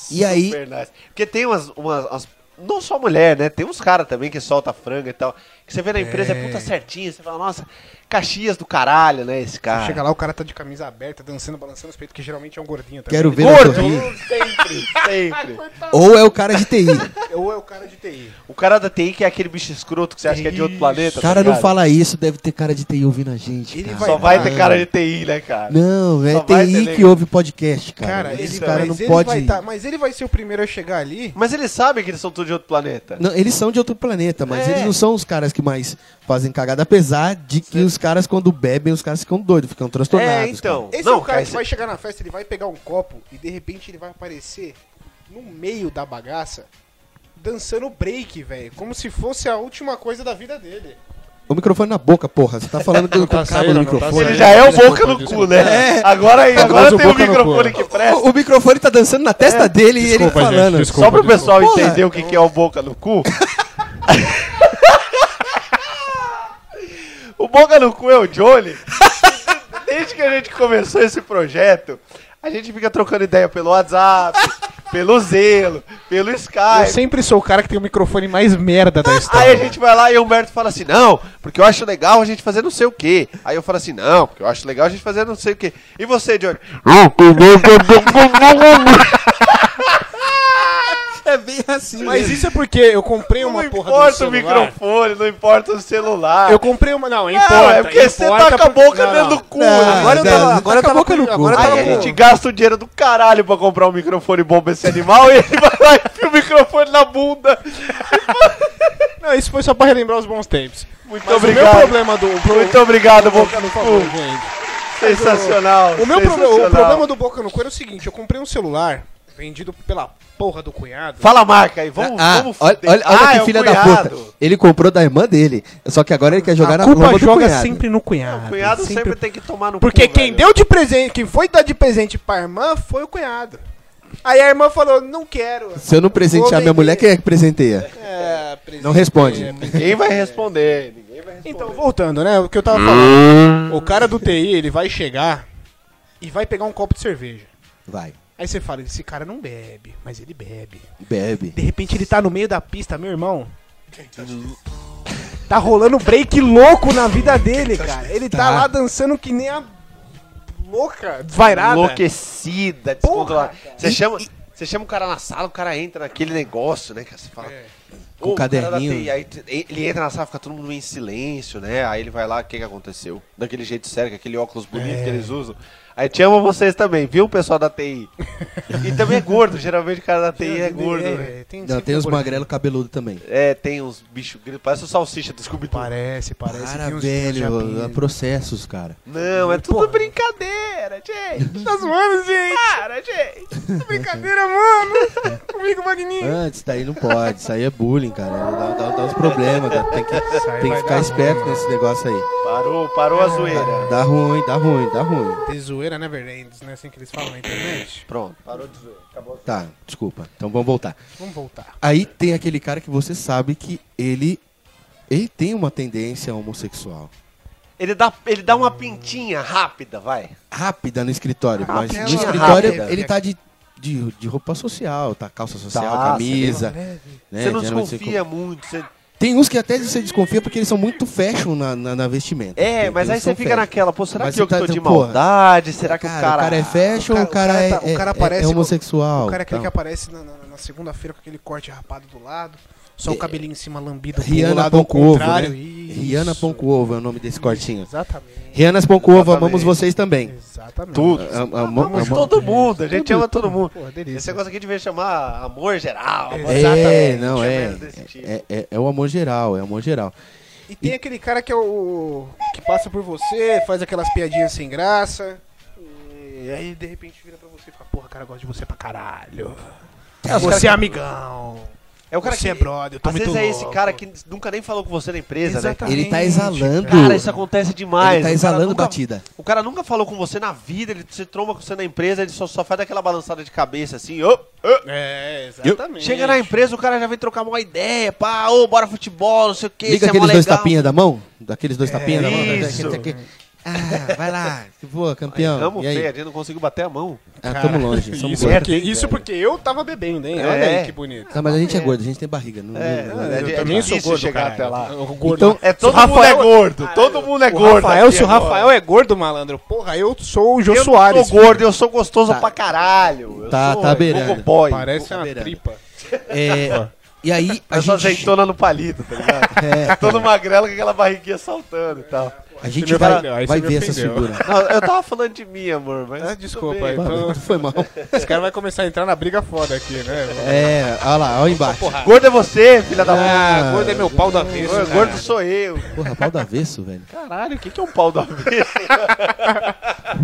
E aí,
Super nice. Porque tem umas. umas- umas- não só mulher, né? Tem uns caras também que solta franga e tal. Que você vê na empresa, é, puta certinho. Você fala, nossa, Caxias do caralho, né? Esse cara.
Chega lá, o cara tá de camisa aberta, dançando, balançando os peitos, que geralmente é um gordinho também.
quero ver na
Tá Gordo!
torrinha.
Sempre, sempre.
Ou é o cara
[laughs]
de TI.
Tá
Ou é o cara de TI.
O cara da TI que é aquele bicho escroto que você acha que é de outro planeta.
O cara
tá
não
ligado?
fala isso, deve ter cara de TI ouvindo a gente.
Ele
cara.
Só vai ter cara de TI, né, cara?
Não, é
Só vai ter
TI que
nego.
ouve podcast, cara.
Cara,
Esse
ele,
cara
mas
não
ele
pode.
vai tá- mas ele vai ser o primeiro a chegar ali.
Mas eles sabem que eles são todos de outro planeta.
Não, eles são de outro planeta, mas
É.
eles não são os caras que mais fazem cagada, apesar de que os caras, quando bebem, os caras ficam doidos, ficam transtornados.
é, então.
Esse
não,
é o cara que
esse-
vai chegar na festa, ele vai pegar um copo e de repente ele vai aparecer no meio da bagaça dançando break, velho. Como se fosse a última coisa da vida dele.
cara. O microfone na boca, porra. Você tá
[laughs]
falando com, com o cabo do microfone.
Ele já é o boca no cu, né? Agora, aí, agora
usa o
tem o
boca no
microfone
cu.
que presta.
o, o microfone tá dançando na testa
É.
dele e ele
desculpa, gente,
falando.
desculpa.
Só pro pessoal
desculpa.
entender o que, que é o boca no
[laughs]
cu. o boca no cu é o Johnny. Desde que a gente começou esse projeto, a gente fica trocando ideia pelo WhatsApp, pelo Zelo, pelo Skype.
sempre sou o cara que tem o microfone mais merda da
Aí a gente vai lá e o Humberto fala assim, não, porque eu acho legal a gente fazer não sei o quê. Aí eu falo assim, não, porque eu acho legal a gente fazer não sei o quê. E você, Johnny?
um
É bem assim.
Mas isso é porque eu comprei
Não
uma porra do
importa o
celular.
microfone, não importa o celular.
Eu comprei uma. Não,
Não,
importa.
é porque você
importa
tá com a
por-
boca
não,
dentro
não.
do cu.
Não,
agora eu
não,
tava- agora
não. né? Agora tá com a boca no cu.
agora
Aí
tava
a
com-
gente gasta o dinheiro do caralho pra comprar um microfone bom pra esse animal e ele vai lá e enfia o microfone na bunda.
Não, isso foi só pra relembrar os bons tempos.
Muito
Mas o meu
obrigado.
problema é do. pro-
Muito obrigado, Boca no
Por favor,
Cu.
gente.
Sensacional.
O meu
sensacional.
problema, o problema do Boca no Cu era o seguinte, eu comprei um celular vendido pela porra do cunhado.
Fala a marca aí, vamos,
Ah,
vamos
olha,
fuder.
olha- olha
Ah,
que
é o
filha da
cunhado.
puta. Ele comprou da irmã dele. Só que agora ele quer jogar na lomba do cunhado.
no cunhado.
Ah,
O cunhado sempre, tem que tomar no
Porque
cu,
quem
velho.
deu de presente, quem foi dar de presente pra irmã foi o cunhado. Aí a irmã falou, não quero.
Se eu não presentear minha mulher, quem é que presenteia?
É, presente.
Não responde.
Ninguém vai responder. Ninguém vai responder.
Então, voltando, né? O que eu tava
Hum.
falando. O cara do TI, ele vai chegar e vai pegar um copo de cerveja.
Vai,
Aí você fala, esse cara não bebe, mas ele bebe.
bebe.
De repente ele tá no meio da pista, meu irmão. Tá rolando break louco na vida dele, cara. Ele tá
Tá.
lá dançando que nem a louca, desvairada.
Enlouquecida, descontrolada. Você
E-
chama, você chama o cara na sala, o cara entra naquele negócio, né? Que você fala.
Com
"Ô,
o
cara da
caderninho."
TI", aí t- ele entra na sala, fica todo mundo em silêncio, né? Aí ele vai lá, o que, que aconteceu? Daquele jeito sério, com aquele óculos bonito que eles usam. Aí te amo vocês também, viu, pessoal da TI? e também é gordo, geralmente o cara da TI é gordo, né?
tem,
Não, tem um- os magrelo cabeludo também.
É, tem uns bichos gritos, parece o salsicha do scooby -Doo.
Parece, parece.
Cara,
tem uns- tem uns
velho, há
japinhas.
processos, cara.
Não, é tudo brincadeira, gente.
Tá zoando, gente.
Cara, gente.
Brincadeira, mano. Comigo, Magninho.
Ah, isso daí não pode, isso aí é bullying, cara. Dá, dá- dá uns problemas, cara. tem que,
aí
tem que
vai
ficar
dar
esperto nesse negócio aí.
Parou, parou a zoeira.
Dá ruim, dá ruim, dá ruim.
Tem zoeira never ends, né? Assim que eles falam na internet.
Pronto. Parou de zoeira, acabou. Tá, desculpa. Então vamos voltar.
Vamos voltar.
Aí tem aquele cara que você sabe que ele ele tem uma tendência homossexual.
Ele dá, ele dá uma pintinha rápida, vai.
Rápida no escritório, mas no
Rápida,
escritório
rápida.
ele tá de, de, de roupa social, tá calça social,
Tá,
camisa. né,
É, você É, não
geralmente
desconfia muito. você-
Tem uns que até você desconfia porque eles são muito fashion na, na, na vestimenta.
É,
Tem-
mas
tem
aí você
uns que são
fica
fashion.
naquela, pô, será
Mas
que eu
você
que
tá
tô de
tão, porra,
maldade? Será que o cara...
o cara é fashion,
o
o cara,
cara- o cara
é,
tá- o
é-
cara
é-
aparece
é
com-
homossexual. Então,
o cara é aquele
tal.
que aparece na, na- na segunda-feira com aquele corte rapado do lado, só o cabelinho em cima lambido pro
Rihanna
lado
Pão
ao
com Ovo,
contrário.
né?
Isso.
Rihanna Pão com Ovo é o nome desse cortinho.
Exatamente.
Rihanna Pão com Ovo,
Exatamente.
amamos vocês também.
Exatamente.
Tudo.
Am- am-
Amamos
am-
é todo mundo, a gente
Tudo,
ama todo
tudo.
mundo.
Pô, delícia.
Esse negócio aqui devia chamar amor geral. amor-
É, não,
uma
é,
merda desse tipo.
é, é. é o amor geral, é o amor geral.
E tem aquele cara que é o. que passa por você, faz aquelas piadinhas sem graça. E aí de repente vira pra você e fala, porra, cara, eu gosto de você pra caralho. você é amigão.
É o cara
você
que.
é brother, eu tô
Às
muito
vezes é esse
louco.
cara que nunca nem falou com você na empresa, né?
Ele tá exalando.
Cara, isso é acontece demais.
Ele tá
O cara
exalando
nunca-
batida.
O cara nunca falou com você na vida, ele se tromba com você na empresa, ele só, só faz aquela balançada de cabeça assim, ô, ô.
É, exatamente.
Chega na empresa, o cara já vem trocar uma ideia, pá, ô, bora futebol, não sei o é que,
Liga aqueles dois tapinhas da mão? Daqueles dois tapinhas da mão? né?
isso.
Aqui, aqui. Ah, vai lá. Boa, campeão.
Tamo
Ah, e aí?
feio, a gente não conseguiu bater a mão.
Ah, tamo longe. somos
Isso é
gordos.
porque, isso porque eu tava bebendo, hein? Olha
É.
aí que bonito.
Tá, mas a gente é gordo, a gente tem barriga. Não, não- não-
é,
também sou
difícil
gordo,
chegar
caralho.
até lá.
O gordo.
Então,
É, todo
Rafael-
mundo é gordo, todo mundo é
o
gordo.
Rafael,
aqui
se o
agora.
Rafael é gordo, malandro, porra, eu sou o Jô
eu
Soares.
não sou gordo, eu sou gostoso
Tá.
pra caralho. Eu
Tá-
sou
tá beirando.
gogo boy.
Parece uma
beirando.
tripa.
é, e aí, a
Eu sou
gente,
azeitona no palito, tá ligado?
[laughs] é,
Todo magrelo com aquela barriguinha saltando e tal.
a gente
me
vai,
ofendeu, aí você
vai
me
ver essa
ofendeu.
figura.
Não, eu tava falando de mim, amor, mas.
Ah,
tudo
desculpa
bem.
aí. [laughs] Então,
Foi mal.
[laughs] esse cara vai começar a entrar na briga foda aqui, né?
É, olha lá, olha o embate.
Gordo é você, filha da puta.
Ah, gordo é meu pau da vez.
Gordo, gordo sou eu.
Porra, pau do avesso, velho.
Caralho, o que, que é um pau do avesso?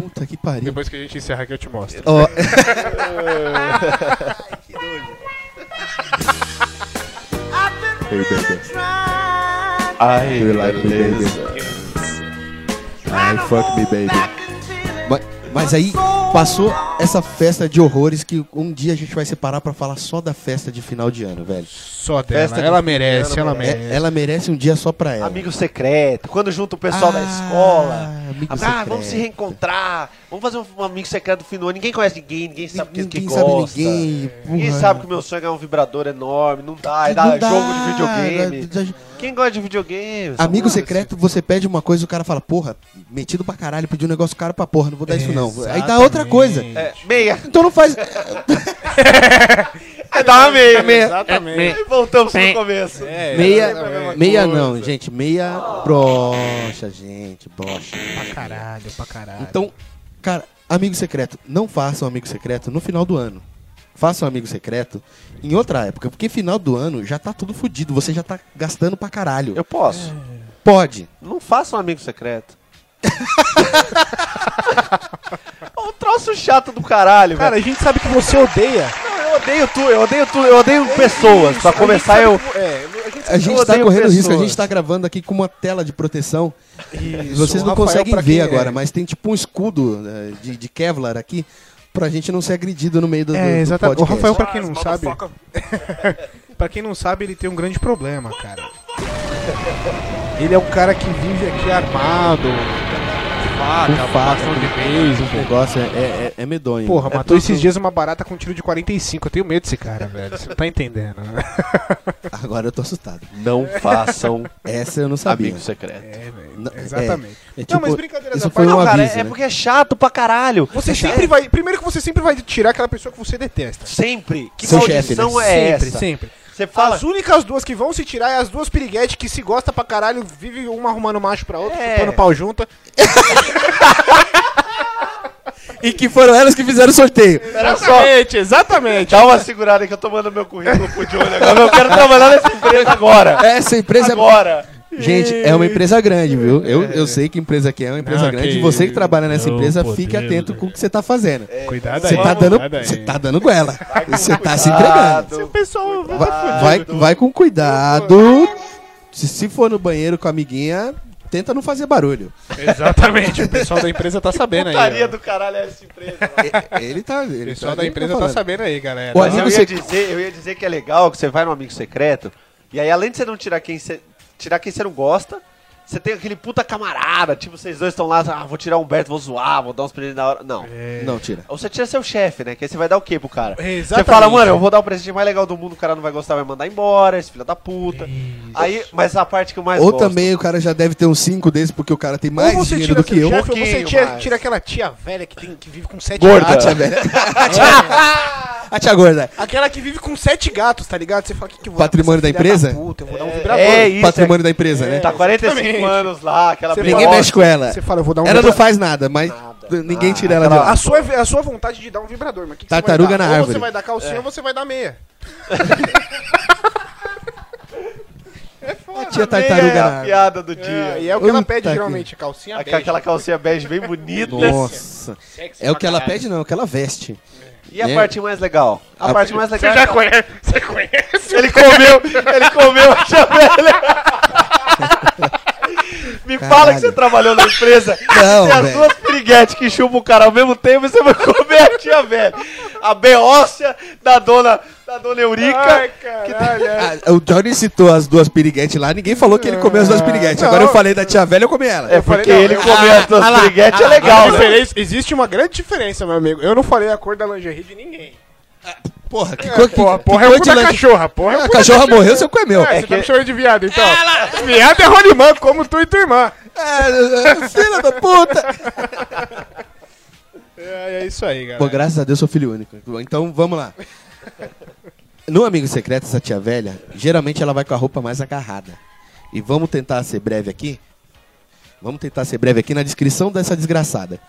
Puta que pariu.
Depois que a gente encerra aqui, eu te mostro.
Ó,
Hey, baby. I feel like me, baby. I fuck me, baby.
ma- mas aí passou essa festa de horrores que um dia a gente vai separar pra falar só da festa de final de ano, velho.
Só dela. né?
Festa de
ela merece, ela merece.
É, ela merece um dia só pra ela.
Amigo secreto, quando junta o pessoal da
Ah,
escola.
amigo
ah,
secreto.
vamos se reencontrar. Vamos fazer um, um amigo secreto do fim do ano. Ninguém conhece ninguém, ninguém sabe o que, que
Ninguém sabe
gosta. Ninguém,
ninguém. porra.
sabe que o meu sonho é ganhar um vibrador enorme. Não dá, é
Não
dar
dá,
jogo de videogame.
dá- dá-
Quem gosta de videogame? São
Amigo
poucos.
secreto, você pede uma coisa, o cara fala, porra, metido pra caralho, pedi um negócio caro pra porra, não vou dar isso não. Aí dá outra coisa.
É, meia. [laughs]
Então não faz.
É, dá uma meia.
Exatamente.
E Voltamos no começo.
É,
meia. Meia não, gente. Meia brocha, gente. Brocha.
Pra caralho, pra caralho.
Então, cara, amigo secreto. Não façam amigo secreto no final do ano. Façam amigo secreto em outra época. Porque final do ano já tá tudo fudido. Você já tá gastando pra caralho.
Eu posso.
Pode.
Não faça um amigo [laughs] secreto. É um troço chato do caralho,
Cara,
velho.
a gente sabe que você odeia.
Não, eu odeio tu, eu odeio tu, eu odeio
É
pessoas. Pra começar, eu.
A gente
Eu
tá
odeio
correndo risco, a
pessoas.
gente tá gravando aqui com uma tela de proteção.
Isso,
Vocês não
Rafael,
conseguem
pra
ver
quem é-
agora, mas tem tipo um escudo eh, de, de Kevlar aqui pra gente não ser agredido no meio do, do,
É,
do
exatamente. O
podcast.
Rafael, pra quem não sabe. pra quem não sabe, ele tem um grande problema, cara. Ele é um cara que vive aqui armado.
Com faca,
de
o
beijo,
negócio é, é, é medonho.
Porra,
É
matou
tudo-
esses dias uma barata com um tiro de 45. Eu tenho medo desse cara, velho. Você não tá entendendo, né?
Agora eu tô assustado.
Não façam
Essa eu não sabia.
amigo secreto.
É, velho.
Não, é-
Exatamente.
é
não,
tipo,
mas brincadeira
isso
da
foi
parte.
um
Não, cara,
aviso,
é, é
né?
porque é chato pra caralho.
Você
É-
[laughs] sempre vai. Primeiro que você sempre vai tirar aquela pessoa que você detesta.
Sempre. Que
Seu chefe,
maldição
né?
é
sempre,
essa?
sempre.
Você fala.
As únicas duas que vão se tirar é as duas piriguetes que se gosta pra caralho, vive uma arrumando macho pra outra,
É.
chupando pau junta.
E que foram elas que fizeram o sorteio.
Era só.
exatamente.
Dá uma segurada que eu tô mandando meu currículo pro Johnny agora. Eu quero trabalhar nessa empresa agora.
Essa empresa é
Agora.
Gente, é uma empresa grande, viu? Eu, eu sei que empresa aqui é uma empresa
Não,
grande.
que-
E você que trabalha nessa
Não
empresa,
podemos.
fique atento com o que você tá fazendo.
Cuidado
Você tá
vamos,
dando,
cuidado aí.
você tá dando goela. Você tá se entregando.
Cuidado.
Pessoal,
Vai, vai, vai com cuidado. Se, se for no banheiro com a amiguinha, tenta não fazer barulho.
exatamente, o pessoal da empresa tá sabendo aí.
Putaria
ó.
do caralho é essa empresa.
E- Ele tá.
O
Ele
pessoal
tá-
da
ele
empresa tá
falando.
sabendo aí, galera.
O
Mas
amigo
eu, ia
sec-
dizer, eu ia dizer que é legal que você vai num amigo secreto, e aí além de você não tirar quem você, tirar quem você não gosta, você tem aquele puta camarada, tipo, vocês dois estão lá, ah, vou tirar o Humberto, vou zoar, vou dar uns presentes na hora. Não.
Não, tira.
Ou você tira seu chefe, né? Que aí você vai dar o quê pro cara?
É,
Você
exatamente.
fala, mano, eu vou dar o presente mais legal do mundo, o cara não vai gostar, vai mandar embora, esse filho da puta. Aí, mas a parte que eu mais
Ou
gosto.
também o cara já deve ter uns 5 desses, porque o cara tem
Ou
mais
você
dinheiro
tira
do que eu.
seu
[laughs]
chefe, ou você
Pouquinho
tira,
mais.
tira aquela tia velha que, tem, que vive com sete
Gorda.
A [laughs]
gatos.
tia velha. A tia gorda.
Aquela que vive com sete gatos, tá ligado? Você fala, o que, que eu vou
Patrimônio
dar pra
da
essa filha
empresa?
puta? eu vou dar um vibrador.
É isso,
Patrimônio da empresa, né?
é, tá 45 anos lá, aquela
Você
pessoa-
Ninguém mexe com ela.
Você fala, eu vou dar um
Ela não
vibrador.
faz nada, mas ninguém tira ela de
A
lá.
sua, a sua vontade de dar um vibrador, mas o que, que você vai
Tartaruga
dar?
na
Ou
árvore.
você vai dar calcinha ou você vai dar meia. é
A tia tartaruga.
É
na
a
água.
piada do dia.
É, e é o que ela
Puta
pede
que-
geralmente, calcinha
Aquela-
bege.
Aquela calcinha bege bem bonita.
Nossa.
Sexy
É o que
pra
ela
caralho.
pede, não, é o que ela veste.
E a
É.
parte mais legal? A,
A-
parte mais legal.
Você
é
já
que-
conhece? Você conhece?
Ele comeu, ele comeu a
[laughs]
chapéu. Me fala
Caralho.
que você trabalhou na empresa.
Não,
tem as
velho.
duas piriguetes que chupam o cara ao mesmo tempo e você vai comer a tia velha. A beócia da dona, da dona Eurica.
Ai, caralho. é.
Ah, o Johnny citou as duas piriguetes lá, ninguém falou que ele comeu as duas piriguetes. Agora eu falei da tia velha, eu comi ela.
é porque
não,
ele
eu-
comeu as duas piriguetes é
A
legal, né?
diferença- existe uma grande diferença, meu amigo. Eu não falei a cor da lingerie de ninguém.
Porra, que coisa que,
Porra,
que
porra é o
cor
cu
de
da
lanche-
cachorra, porra. é o
A
cu da
cachorra
cachorra.
Ah, morreu, você comeu.
É,
É,
você tá me chamando de viado, então. Viado é rolimã, como tu e tua irmã.
é, filha da puta!
[laughs] É, é isso aí,
Pô,
galera.
graças a Deus sou filho único. Então vamos lá. No Amigo Secreto, essa tia velha, geralmente ela vai com a roupa mais agarrada. E vamos tentar ser breve aqui. Vamos tentar ser breve aqui na descrição dessa desgraçada.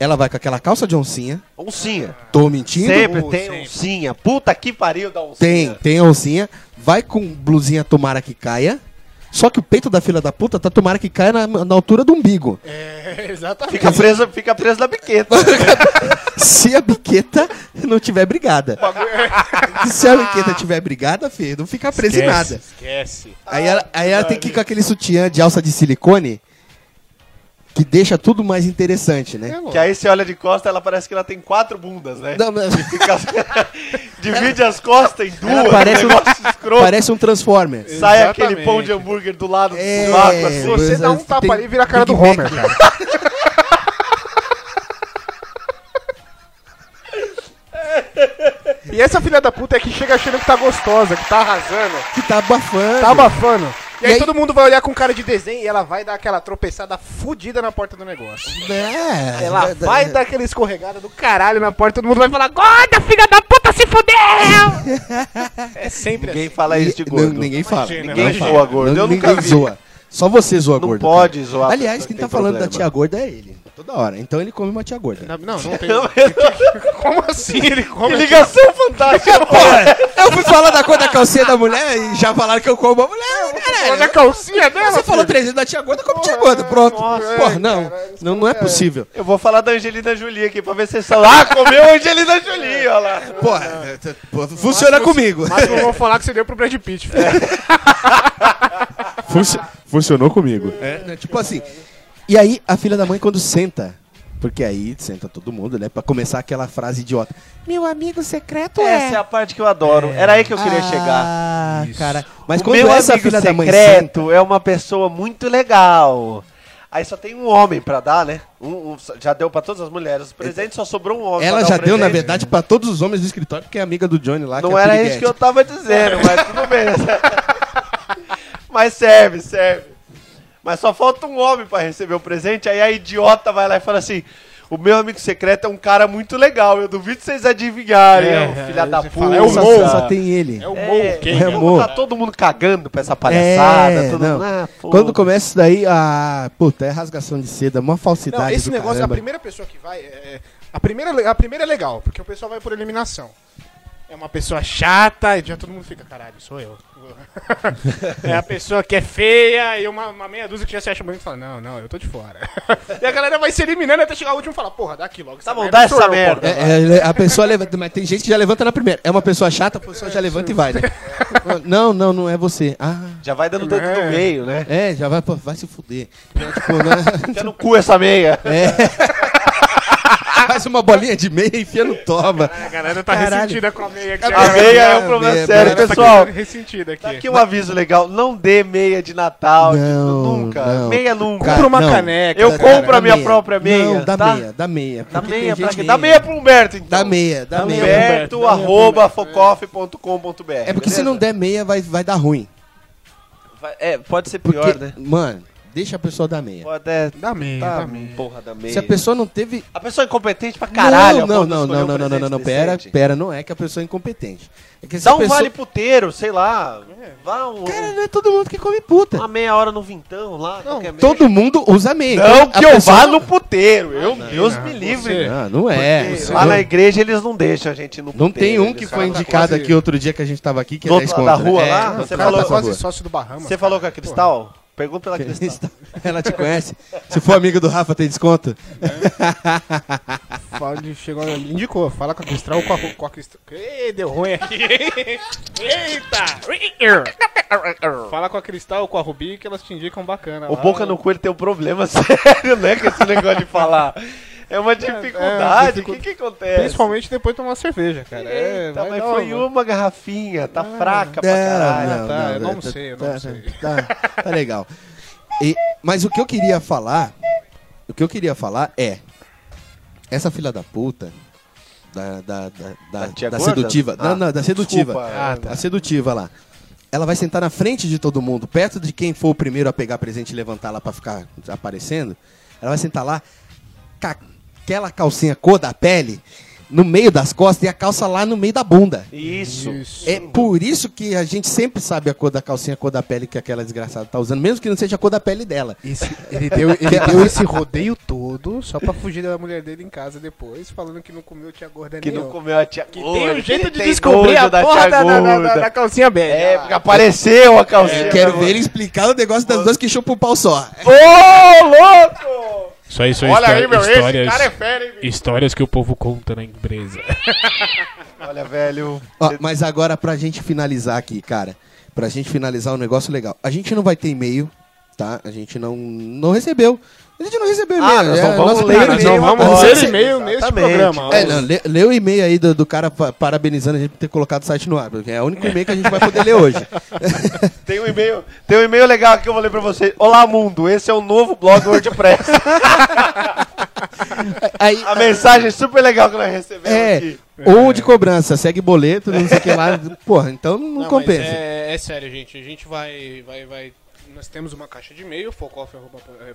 Ela vai com aquela calça de oncinha.
Oncinha.
Tô mentindo?
Sempre
Oh,
tem
sempre.
oncinha. Puta que pariu da oncinha.
Tem, tem a oncinha. Vai com blusinha tomara que caia. Só que o peito da filha da puta tá tomara que caia na, na altura do umbigo.
É, exatamente.
Fica preso, fica preso na
[laughs]
biqueta.
Se a biqueta [laughs] não tiver brigada. [laughs]
é-
Se a biqueta tiver brigada, filho, não fica presa em nada.
Esquece.
Aí ela, aí ela tem que ir com aquele sutiã de alça de silicone que deixa tudo mais interessante, né?
que aí você olha de costa, ela parece que ela tem quatro bundas,
É,
né?
Não, mas-
Fica- [laughs] Divide as costas em
Ela
duas,
parece um-
negócio escroto.
[laughs] Parece um Transformer.
Sai
Exatamente.
aquele pão de hambúrguer do lado
É,
do vácuo, assim.
Você
mas
dá um
tem-
tapa ali e vira a cara
Big
do
Mac.
Homer, cara. E essa filha da puta é que chega achando que tá gostosa, que tá arrasando,
Que tá abafando.
tá abafando. E,
E
aí,
aí-
todo mundo vai olhar com cara de desenho e ela vai dar aquela tropeçada fudida na porta do negócio.
É.
Ela vai dar aquela escorregada do caralho na porta, todo mundo vai falar, gorda, filha da puta, se fudeu! é sempre
Ninguém fala isso de
Não,
gordo. Ninguém,
ninguém fala.
Imagina,
ninguém
imagina.
zoa
fala.
gordo.
Não,
eu
ninguém
nunca vi.
zoa. Só você zoa
Não
gordo.
pode zoar a
Aliás,
pessoa
quem
que
tá
tem
falando da
problema.
tia gorda é ele. Toda hora. Então ele come uma tia gorda.
assim. Não, [laughs] não tem. Como assim? Ele come
é Que [laughs] ligação [laughs] fantástica, porra!
eu fui falar da cor da calcinha da mulher e já falaram que eu como a mulher, caralho.
a calcinha dela?
Você falou três vezes da tia gorda, eu como tia gorda. Pronto.
nossa,
Porra,
é,
não.
cara,
Não, não é possível.
Eu vou falar da Angelina Jolie aqui pra ver se vocês falam. Ah, comeu a Angelina Jolie, olha lá.
Porra, é, é, pô, funciona comigo.
[laughs] Mas não vou falar que você deu pro Brad Pitt, filho.
Funcionou comigo.
É, Tipo assim. E aí, a filha da mãe, quando senta, porque aí senta todo mundo, né? Pra começar aquela frase idiota. Meu amigo secreto é.
Essa é a parte que eu adoro. Era aí que eu queria chegar.
Ah, cara. Mas
O
quando
meu
essa
amigo
filha da mãe senta,
secreto é uma pessoa muito legal. Aí só tem um homem pra dar, né? Um, um- já deu pra todas as mulheres. Os presentes só sobrou um homem.
ela
pra dar
já
o
deu, na
presente.
verdade, pra todos os homens do escritório, porque é amiga do Johnny lá.
Não
é a
era
piriguete.
isso que eu tava dizendo, mas tudo bem. [laughs] mas serve, serve. Mas só falta um homem pra receber o presente, aí a idiota vai lá e fala assim: o meu amigo secreto é um cara muito legal, eu duvido vocês adivinharem.
É,
ô, filha da puta.
é o
só,
Moura.
só tem ele.
É o
É,
Mo,
é,
quem?
Mo.
tá todo mundo cagando pra essa palhaçada.
É,
todo
não.
mundo, ah,
Quando
foda-se.
começa isso daí, a. Puta, é rasgação de seda, uma falsidade.
Não, esse
do
negócio, é
caramba.
a primeira pessoa que vai. é- é- a, primeira, a primeira é legal, porque o pessoal vai por eliminação. É uma pessoa chata e já todo mundo fica, caralho, sou eu. [laughs] é a pessoa que é feia e uma, uma meia dúzia que já se acha bonito e fala, não, não, eu tô de fora. [laughs] e a galera vai se eliminando até chegar o último e fala, porra, dá aqui logo.
Tá bom, dá
sou
essa
eu,
merda.
porra.
É, é, a pessoa levanta, mas tem gente que já levanta na primeira. É uma pessoa chata, a pessoa já levanta e vai, né? Não, não, não é você. Ah,
Já vai dando dentro do meio,
[laughs]
né?
é, já vai, pô, vai se fuder. Então, tipo, né?
Fica no [laughs] cu essa meia.
É. [laughs] Faz uma bolinha de meia e enfia no toba.
A galera tá
Caralho.
ressentida com a meia aqui.
A meia é um problema
meia,
sério,
né?
meia.
pessoal.
ressentida aqui.
Tá aqui um aviso legal, não dê meia de Natal, de-
Não,
nunca,
não.
meia nunca.
Cara,
Compra uma
não.
caneca.
Eu
Cara,
compro a
dá
minha própria meia,
Não, dá
tá?
meia, dá meia.
Dá
porque tem
meia pra
gente
quê? Dá meia pro Humberto, então.
Dá meia, dá meia.
Humberto, arroba, focoff.com.br.
É porque se não der meia, vai, vai dar ruim.
É, pode ser
Porque,
pior, né?
mano, Deixa a pessoa dar meia.
Pode até
Dá meia,
tá
dá meia.
porra da meia.
Se a pessoa não teve.
A pessoa é incompetente pra caralho.
Não,
a ponto de
não, não,
escolher
não,
um
não, não, não, não,
presente
não, Pera,
decente.
pera, não é que a pessoa é incompetente. É que se
Dá
a
um
pessoa-
vale puteiro, sei lá. Vá um,
Cara, não é todo mundo que come puta.
uma meia hora no vintão lá. qualquer meia.
Todo mundo usa meia.
Não
Então, a
que eu
pessoa-
vá no puteiro. Eu, Deus me livre.
você-
Não, não é.
Porque
Você
lá
não-
na igreja eles não deixam a gente ir no
Não tem um
eles
que
falam,
foi indicado
quase-
aqui outro dia que a gente tava aqui, que é
Do
10
outro lado
conto,
da rua
né?
lá?
É,
Você
do outro
falou-
lado
Cara,
da
Quase
rua.
quase sócio do Bahamas.
Você falou com a Cristal? Pergunta pela Cristal.
[laughs] Ela te conhece? Se for amigo do Rafa, tem desconto?
Fala de- chegou, ele indicou, fala com a Cristal ou com a, com a Cristal. Ei, deu ruim aqui.
Eita! Fala com a Cristal ou com a Rubi que elas te indicam bacana.
O
lá.
Boca no Coelho tem um problema [laughs] sério, né? Com esse negócio de falar. É uma dificuldade. O
dificu-
que, que acontece?
Principalmente depois de tomar uma cerveja, cara. É,
Eita,
vai
mas
dar
foi
uma.
uma garrafinha. Tá fraca pra caralho.
tá, eu não sei, eu não
tá,
sei.
Tá, tá legal. E- mas o que eu queria falar, o que eu queria falar é, essa filha da puta, da, da, da, da,
Da tia
da
gorda?
sedutiva,
Ah,
não, não, da sedutiva,
desculpa. Ah, tá.
a sedutiva lá, ela vai sentar na frente de todo mundo, perto de quem for o primeiro a pegar presente e levantar lá pra ficar aparecendo, ela vai sentar lá com aquela calcinha cor da pele, no meio das costas e a calça lá no meio da bunda.
Isso.
Isso.
É por isso que a gente sempre sabe a cor da calcinha, a cor da pele que aquela desgraçada tá usando, mesmo que não seja a cor da pele dela.
Esse- ele, deu, ele deu esse rodeio todo só pra fugir da mulher dele em casa depois, falando que não comeu tia gorda
Que
nenhum.
não comeu a tia
Que
gorda,
tem um jeito
que
de
tem
descobrir
nojo
a porra
tia
da, da, da,
gorda.
da- da calcinha bege.
É,
Ah.
porque apareceu a calcinha.
Quero
pra
ver ele explicar o negócio das duas que chupa o pau só.
Ô, louco!
Isso aí são
Olha
histó-
aí, meu, esse
histórias,
cara é fera, hein, bicho?
histórias que o povo conta na empresa.
Olha, velho.
Ó, mas agora pra gente finalizar aqui, cara, pra gente finalizar um negócio legal. A gente não vai ter e-mail, tá? A gente não não recebeu. A gente não recebeu e-mail.
Ah, nós
é,
não
a
vamos
nossa
ler
primeira-
e-mail
Não vamos
agora.
ler
Sim,
e-mail.
e-mail neste
exatamente.
programa.
É, não, lê, lê o e-mail aí do, do cara pa- parabenizando a gente por ter colocado o site no ar, porque é o único e-mail que a gente vai poder
[laughs]
ler hoje.
Tem um e-mail, tem um e-mail legal aqui que eu vou ler pra vocês. Olá, mundo. Esse é o novo blog WordPress.
Aí,
a mensagem super legal que nós recebemos
É,
aqui.
ou de cobrança, segue boleto, não sei o que lá. Porra, então não, compensa.
É, é sério, gente. A gente vai. vai, vai... Nós temos uma caixa de e-mail, é,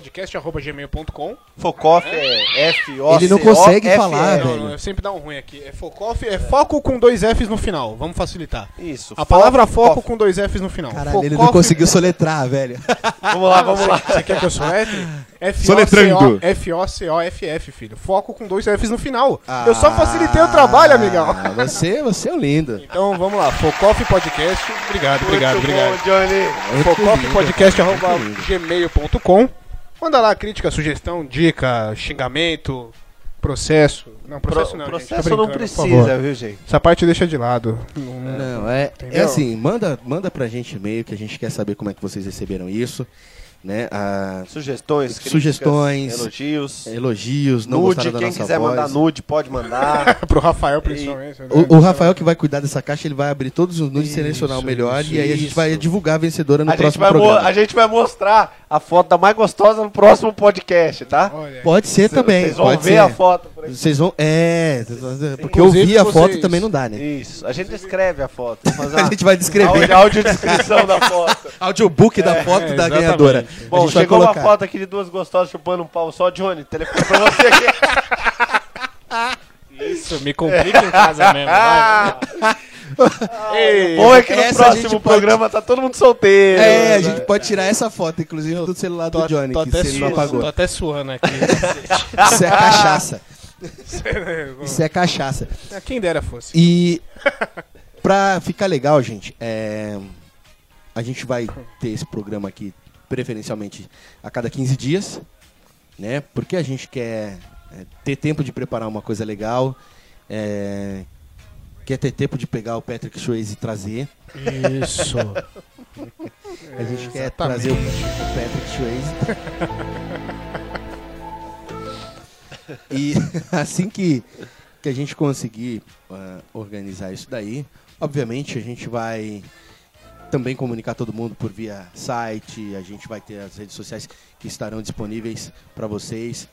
focoffpodcast.gmail.com.
Focoff é F, O,
Ele não
C, O,
consegue
F,
falar,
E.
né?
velho.
Não, não, sempre dá um ruim aqui. É focoff, é foco com dois Fs no final. Vamos facilitar.
Isso.
A palavra
Focoff.
foco com dois Fs no final.
Caralho, ele não conseguiu soletrar, velho.
Vamos lá, vamos lá.
Você quer que eu soletre?
[laughs]
Soletrando.
F-O-C-O-F-F, filho. Foco com dois Fs no final. Eu só facilitei o trabalho, amigão.
Ah, Você, você é um lindo.
Então vamos lá, Focoff Podcast. Obrigado, obrigado,
Muito
obrigado.
Bom, Johnny.
Muito lindo.
focopodcast.gmail.com Manda lá crítica, sugestão, dica, xingamento, processo. Não, processo
Pro-
não, gente,
Tá
processo
tô
não
brincando, por
precisa,
favor.
viu, gente?
Essa parte deixa de
[laughs]
lado. Não-
Não, é, é
Entendeu?
assim, manda, manda pra gente e-mail que a gente quer saber como é que vocês receberam isso, né? Ah,
Sugestões, críticas,
Sugestões.
elogios.
elogios, não
nude,
gostaram da
quem
nossa
quiser
voz.
mandar nude, pode mandar.
Pro Rafael, principalmente. né?
O, o Rafael que vai cuidar dessa caixa, ele vai abrir todos os nudes, selecionar o melhor e aí a gente vai divulgar a vencedora [laughs] no
a, gente
próximo
vai mo-
programa.
a gente vai mostrar a foto da mais gostosa no próximo podcast, tá?
Olha,
Pode ser também,
Vocês vão
pode
ver
ser.
a foto por aqui.
Vocês vão. É, porque
Inclusive,
ouvir a foto
vocês-
também não dá, né?
Isso. A gente descreve a foto. Vamos
[laughs]
fazer
A gente vai descrever.
A audiodescrição da foto.
Audiobook da foto da
exatamente.
ganhadora. a
Bom,
gente vai
chegou uma
colocar.
foto aqui de duas gostosas chupando um pau só, Johnny. Telefone pra você aqui.
[laughs]
Isso me complica em [laughs] casa mesmo. vai.
Ah.
[laughs] Bom, é que no
Essa a gente
próximo
pode-
programa tá todo mundo solteiro.
É, a gente pode tirar essa foto, inclusive, do celular do Johnny, que se ele não
[laughs] tô
apagou.
até suando aqui.
Isso é cachaça. Isso é cachaça.
Ah,
Quem dera fosse.
E pra ficar legal, gente, é, a gente vai ter esse programa aqui preferencialmente a cada 15 dias, né? Porque a gente quer é, ter tempo de preparar uma coisa legal, é, quer ter tempo de pegar o Patrick Swayze e trazer.
Isso.
A gente quer trazer o o Patrick Swayze. e [laughs] assim que, que a gente conseguir ah, organizar isso daí, obviamente a gente vai também comunicar todo mundo por via site, a gente vai ter as redes sociais que estarão disponíveis para vocês.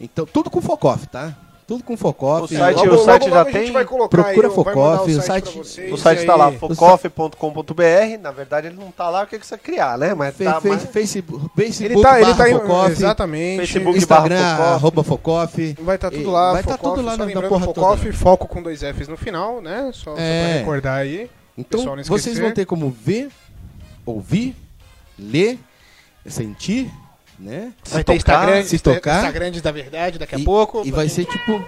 Então, tudo com Focoff, tá? Tudo com Focoff.
O site-
Logo-
o site já
a gente
tem?
vai colocar
Procura
aí, vai
Focoff,
mandar
o
pra
site-
vocês,
O site tá
e
lá,
aí-
focoff.com.br. Na verdade, ele não tá lá, o que que você criar, né? Mas
fe-
tá
fe-
mais...
Facebook, Facebook
Ele tá, ele tá
barra
em,
Focoff,
exatamente.
Facebook.
Instagram,
barra Focoff.
arroba Focoff.
Vai estar
E-
tudo lá,
vai tá
Focoff,
tudo lá
só
na- na
lembrando,
porra
Focoff,
toda.
foco com dois Fs no final, né? Só, só pra
É.
recordar aí.
Então
Pessoal, não
vocês
esquecer.
vão ter como ver, ouvir, ler, sentir, né?
Se tocar,
se tocar.
Instagram da verdade daqui a
E-
pouco.
E vai ser tipo.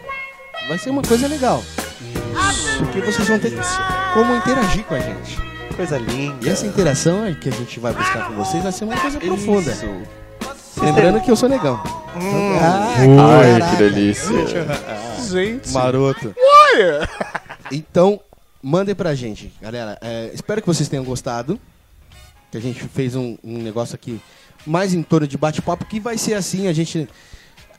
Vai ser uma coisa legal. Isso. Porque vocês vão ter como interagir com a gente.
Coisa
E
linda.
essa interação é que a gente vai buscar com vocês vai ser uma coisa profunda.
Isso.
Lembrando que eu sou negão.
Hum.
Ah,
Ai,
caraca.
que delícia.
Gente,
Maroto. Então, mandem pra gente, galera. É, espero que vocês tenham gostado. Que a gente fez um, um negócio aqui mais em torno de bate-papo, que vai ser assim, a gente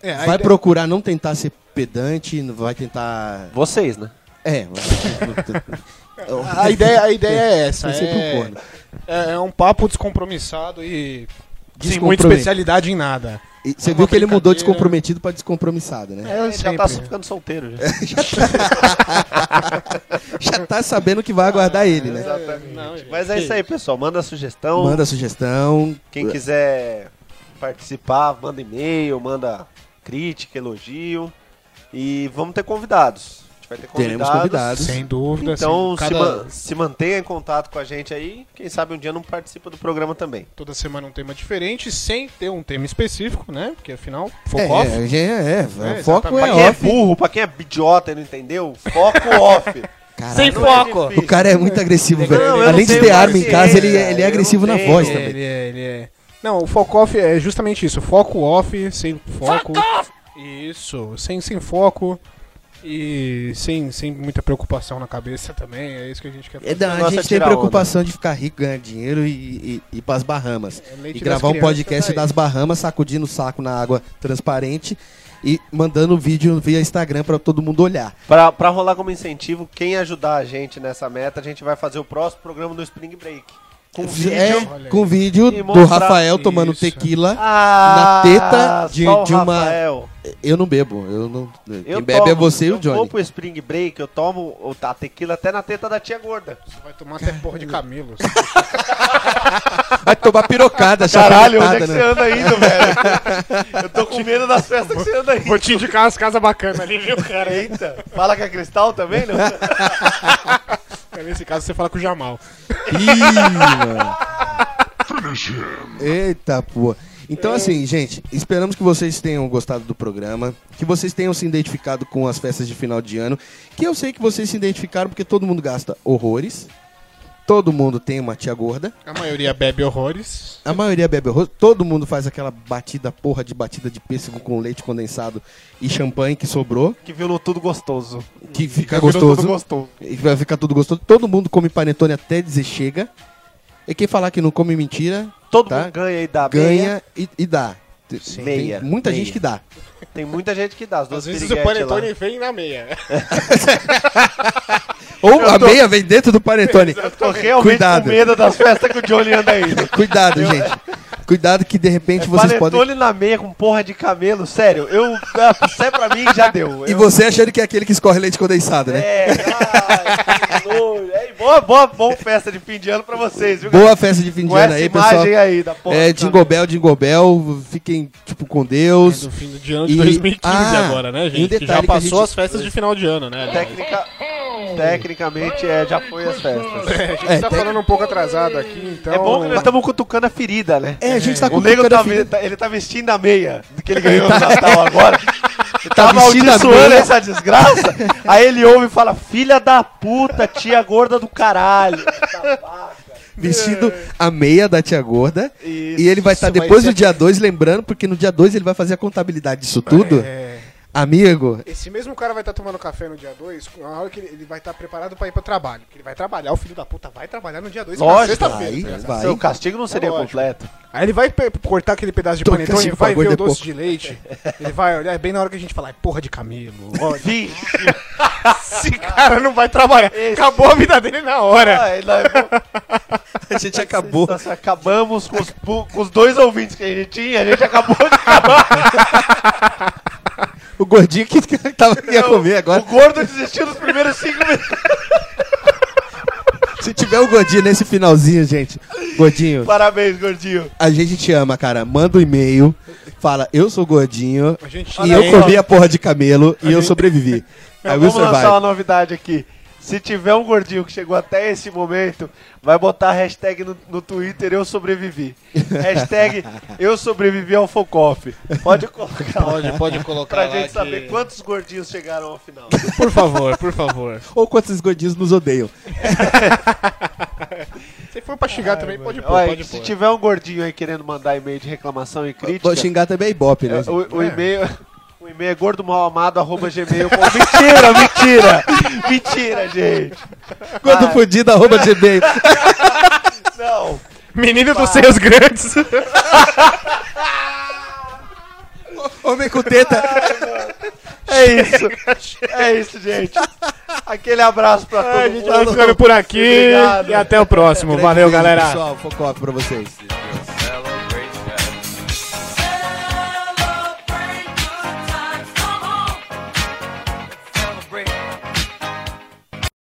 é, a
vai
ideia-
procurar não tentar ser pedante, não vai tentar.
Vocês, né?
É,
A ideia, a ideia é essa.
[laughs] vai ser
é-
pro corno.
É, é um papo descompromissado e sem
Descompromet-
muita especialidade em nada.
E Você
uma
viu que ele mudou
brincadeira.
descomprometido pra descompromissado,
[laughs]
né?
Ele já tá
sempre.
ficando solteiro. Já.
É. [laughs] Já tá sabendo que vai aguardar ele, né?
Mas é isso aí, pessoal. Manda
Então,
sugestão.
Manda sugestão.
Quem quiser participar, manda e-mail, manda crítica, elogio. E vamos ter convidados. A gente vai ter convidados.
Teremos convidados.
Sem dúvida.
Então
assim,
se,
cada-
ma- se mantenha em contato com a gente aí. Quem sabe um dia não participa do programa também.
toda semana um tema diferente, sem ter um tema específico, né? Porque afinal,
É,
foco off.
é, é, é,
É,
o foco
Pra
é
quem é
off.
burro, pra quem é idiota e não entendeu, foco off.
Caralho.
Sem
Não é
foco.
difícil.
O cara é muito agressivo, velho.
Não, eu
Além
não
de ter
tenho
arma em casa, ele,
paciência,
é- ele é
eu
agressivo
não
na
tenho.
voz
É,
também.
ele é, ele é. Não, o foco off é justamente isso. Foco off, sem foco. Isso, sem, sem foco. E sem, sem muita preocupação na cabeça também. É isso que a gente quer fazer.
É, não,
Nossa,
a gente tem
tirar
preocupação de ficar rico, ganhar dinheiro e, e, e ir pras Bahamas.
É
E
leite
gravar
das
um podcast
crianças, tá aí.
das Bahamas, sacudindo o saco na água transparente e mandando vídeo via Instagram pra todo mundo olhar.
Pra, pra rolar como incentivo, quem ajudar a gente nessa meta, a gente vai fazer o próximo programa do Spring Break. Com vídeo.
é, com vídeo
E
do
mostrar-
Rafael tomando
Isso.
tequila.
Ah,
Na teta de-
só o
de uma-
Rafael.
Eu não bebo, eu não.
Eu
quem bebe
tomo.
é você e o
eu vou
Johnny.
pro Spring Break, eu tomo o- a tequila até na teta da tia gorda.
Vai tomar até porra de camelo.
Vai
[laughs]
tomar pirocada, chacoletada, né?
é anda ainda, velho? [laughs] Eu tô com medo das festas que você anda
Vou te indicar umas casas bacanas ali,
[laughs]
viu, cara?
Eita, fala que é cristal também, não?
Nesse caso, você fala com o Jamal.
Ih, mano. Eita, pô. Então, assim, gente, esperamos que vocês tenham gostado do programa, que vocês tenham se identificado com as festas de final de ano, que eu sei que vocês se identificaram porque todo mundo gasta horrores, todo mundo tem uma tia gorda,
A maioria bebe horrores.
a maioria bebe horror, todo mundo faz aquela batida porra de batida de pêssego com leite condensado e champanhe que sobrou,
Que virou tudo gostoso.
que fica gostoso. E vai ficar tudo gostoso. Todo mundo come panetone até dizer chega. E quem falar que não come mentira,
Todo
Tá.
mundo ganha e dá meia.
ganha e, e dá. T-
Sim.
Tem
Meia,
muita
meia.
gente que dá.
Tem muita gente que dá. As duas
Às vezes o
piriguetes
panetone
lá.
vem na meia.
Ou a meia vem dentro
[laughs]
do panetone.
Tô realmente
Cuidado.
com medo das festas que o Johnny anda ainda.
Cuidado, gente. Cuidado que de repente [laughs] vocês
É Panetone
podem.
na meia com porra de camelo, sério. Eu, se é pra mim, já deu.
E
Eu-
você achando que é aquele que escorre leite condensado, né?
É, ai, que nojo. Ei, boa, boa, boa festa de fim de ano pra vocês, viu?
Boa festa de fim de
Com
ano
essa
aí, pessoal.
imagem aí da porra.
É,
do
Jingle Bell, Jingle Bell. Fiquem, tipo, com Deus.
Do fim de ano de
E-
2015
Ah,
agora, né,
e um
gente? Que
detalhe
já
que a
passou
gente-
as festas de final de ano, né? aliás.
Técnica... Tecnicamente, é, já foi as festas.
A gente
É,
tá
tem-
falando um pouco atrasado aqui, então.
É bom que nós estamos cutucando a ferida, né?
É, a gente tá com
O nego
cada
tá,
filho-
ve- tá- ele tá vestindo a meia do que ele ganhou no Natal
[laughs]
agora. Ele tá
tá vestindo a
amaldiçoando
meia.
essa desgraça. Aí ele ouve e fala: Filha da puta, tia gorda do caralho.
vestindo a meia da tia gorda.
Isso, é
e ele vai estar
vai
depois
ser-
do dia 2, lembrando, porque no dia 2 ele vai fazer a contabilidade disso tudo.
É,
Amigo,
esse mesmo cara vai estar tomando café no dia 2, na hora que ele, ele vai estar preparado pra ir pra trabalho. Porque ele vai trabalhar, o filho da puta vai trabalhar no dia 2,
Lógico, né?
aí
sexta-feira.
né? vai.
Seu castigo não seria
lógico.
completo.
Aí ele vai pe- cortar aquele pedaço de
Tô
panetone,
cansado,
vai
por
ver o
favor,
doce
dê [laughs]
de leite, ele vai olhar, é bem na hora que a gente falar, é porra de camelo.
[laughs]
Olha,
Vixe.
esse cara não vai trabalhar.
Esse-
Acabou a vida dele na hora.
Ai, nós-
[laughs] A [laughs] gente acabou.
Nós acabamos com os, pu- com os dois ouvintes que a gente tinha, a gente acabou de acabar.
O gordinho que [laughs] que tava que [laughs] ia comer agora.
O gordo desistiu nos primeiros cinco minutos.
Se tiver o gordinho nesse finalzinho, gente. Gordinho,
Parabéns, gordinho.
a gente te ama, cara. Manda um e-mail. Fala, eu sou gordinho.
A gente
E
Olha
eu
aí,
comi a porra de camelo e eu sobrevivi. Aí
Vamos
você
lançar uma
É, vai.
novidade aqui. Se tiver um gordinho que chegou até esse momento, vai botar a hashtag no, no Twitter eu
[laughs]
sobrevivi. Hashtag eu sobrevivi ao Focoff. Pode colocar lá
Pode, pode colocar
pra
lá
gente
que-
saber quantos gordinhos chegaram ao final.
Por favor, por favor.
Ou quantos gordinhos nos odeiam.
Se for pra xingar também, pode
Olha, se tiver um gordinho aí querendo mandar e-mail de reclamação e crítica,
Vou xingar também a Ibope, né?
é, o, o e-mail. O e-mail é gordomalamado.gmail.
[laughs]
Mentira, mentira! Mentira, gente!
Quando fudido, arroba gmail.
Não!
Menino dos seios grandes.
Homem com teta.
É isso! É isso, gente! Aquele abraço pra todo
A gente vai
mundo.
ficando por aqui.
Obrigado.
E até o próximo. Valeu, galera.
Pessoal, foco pra vocês.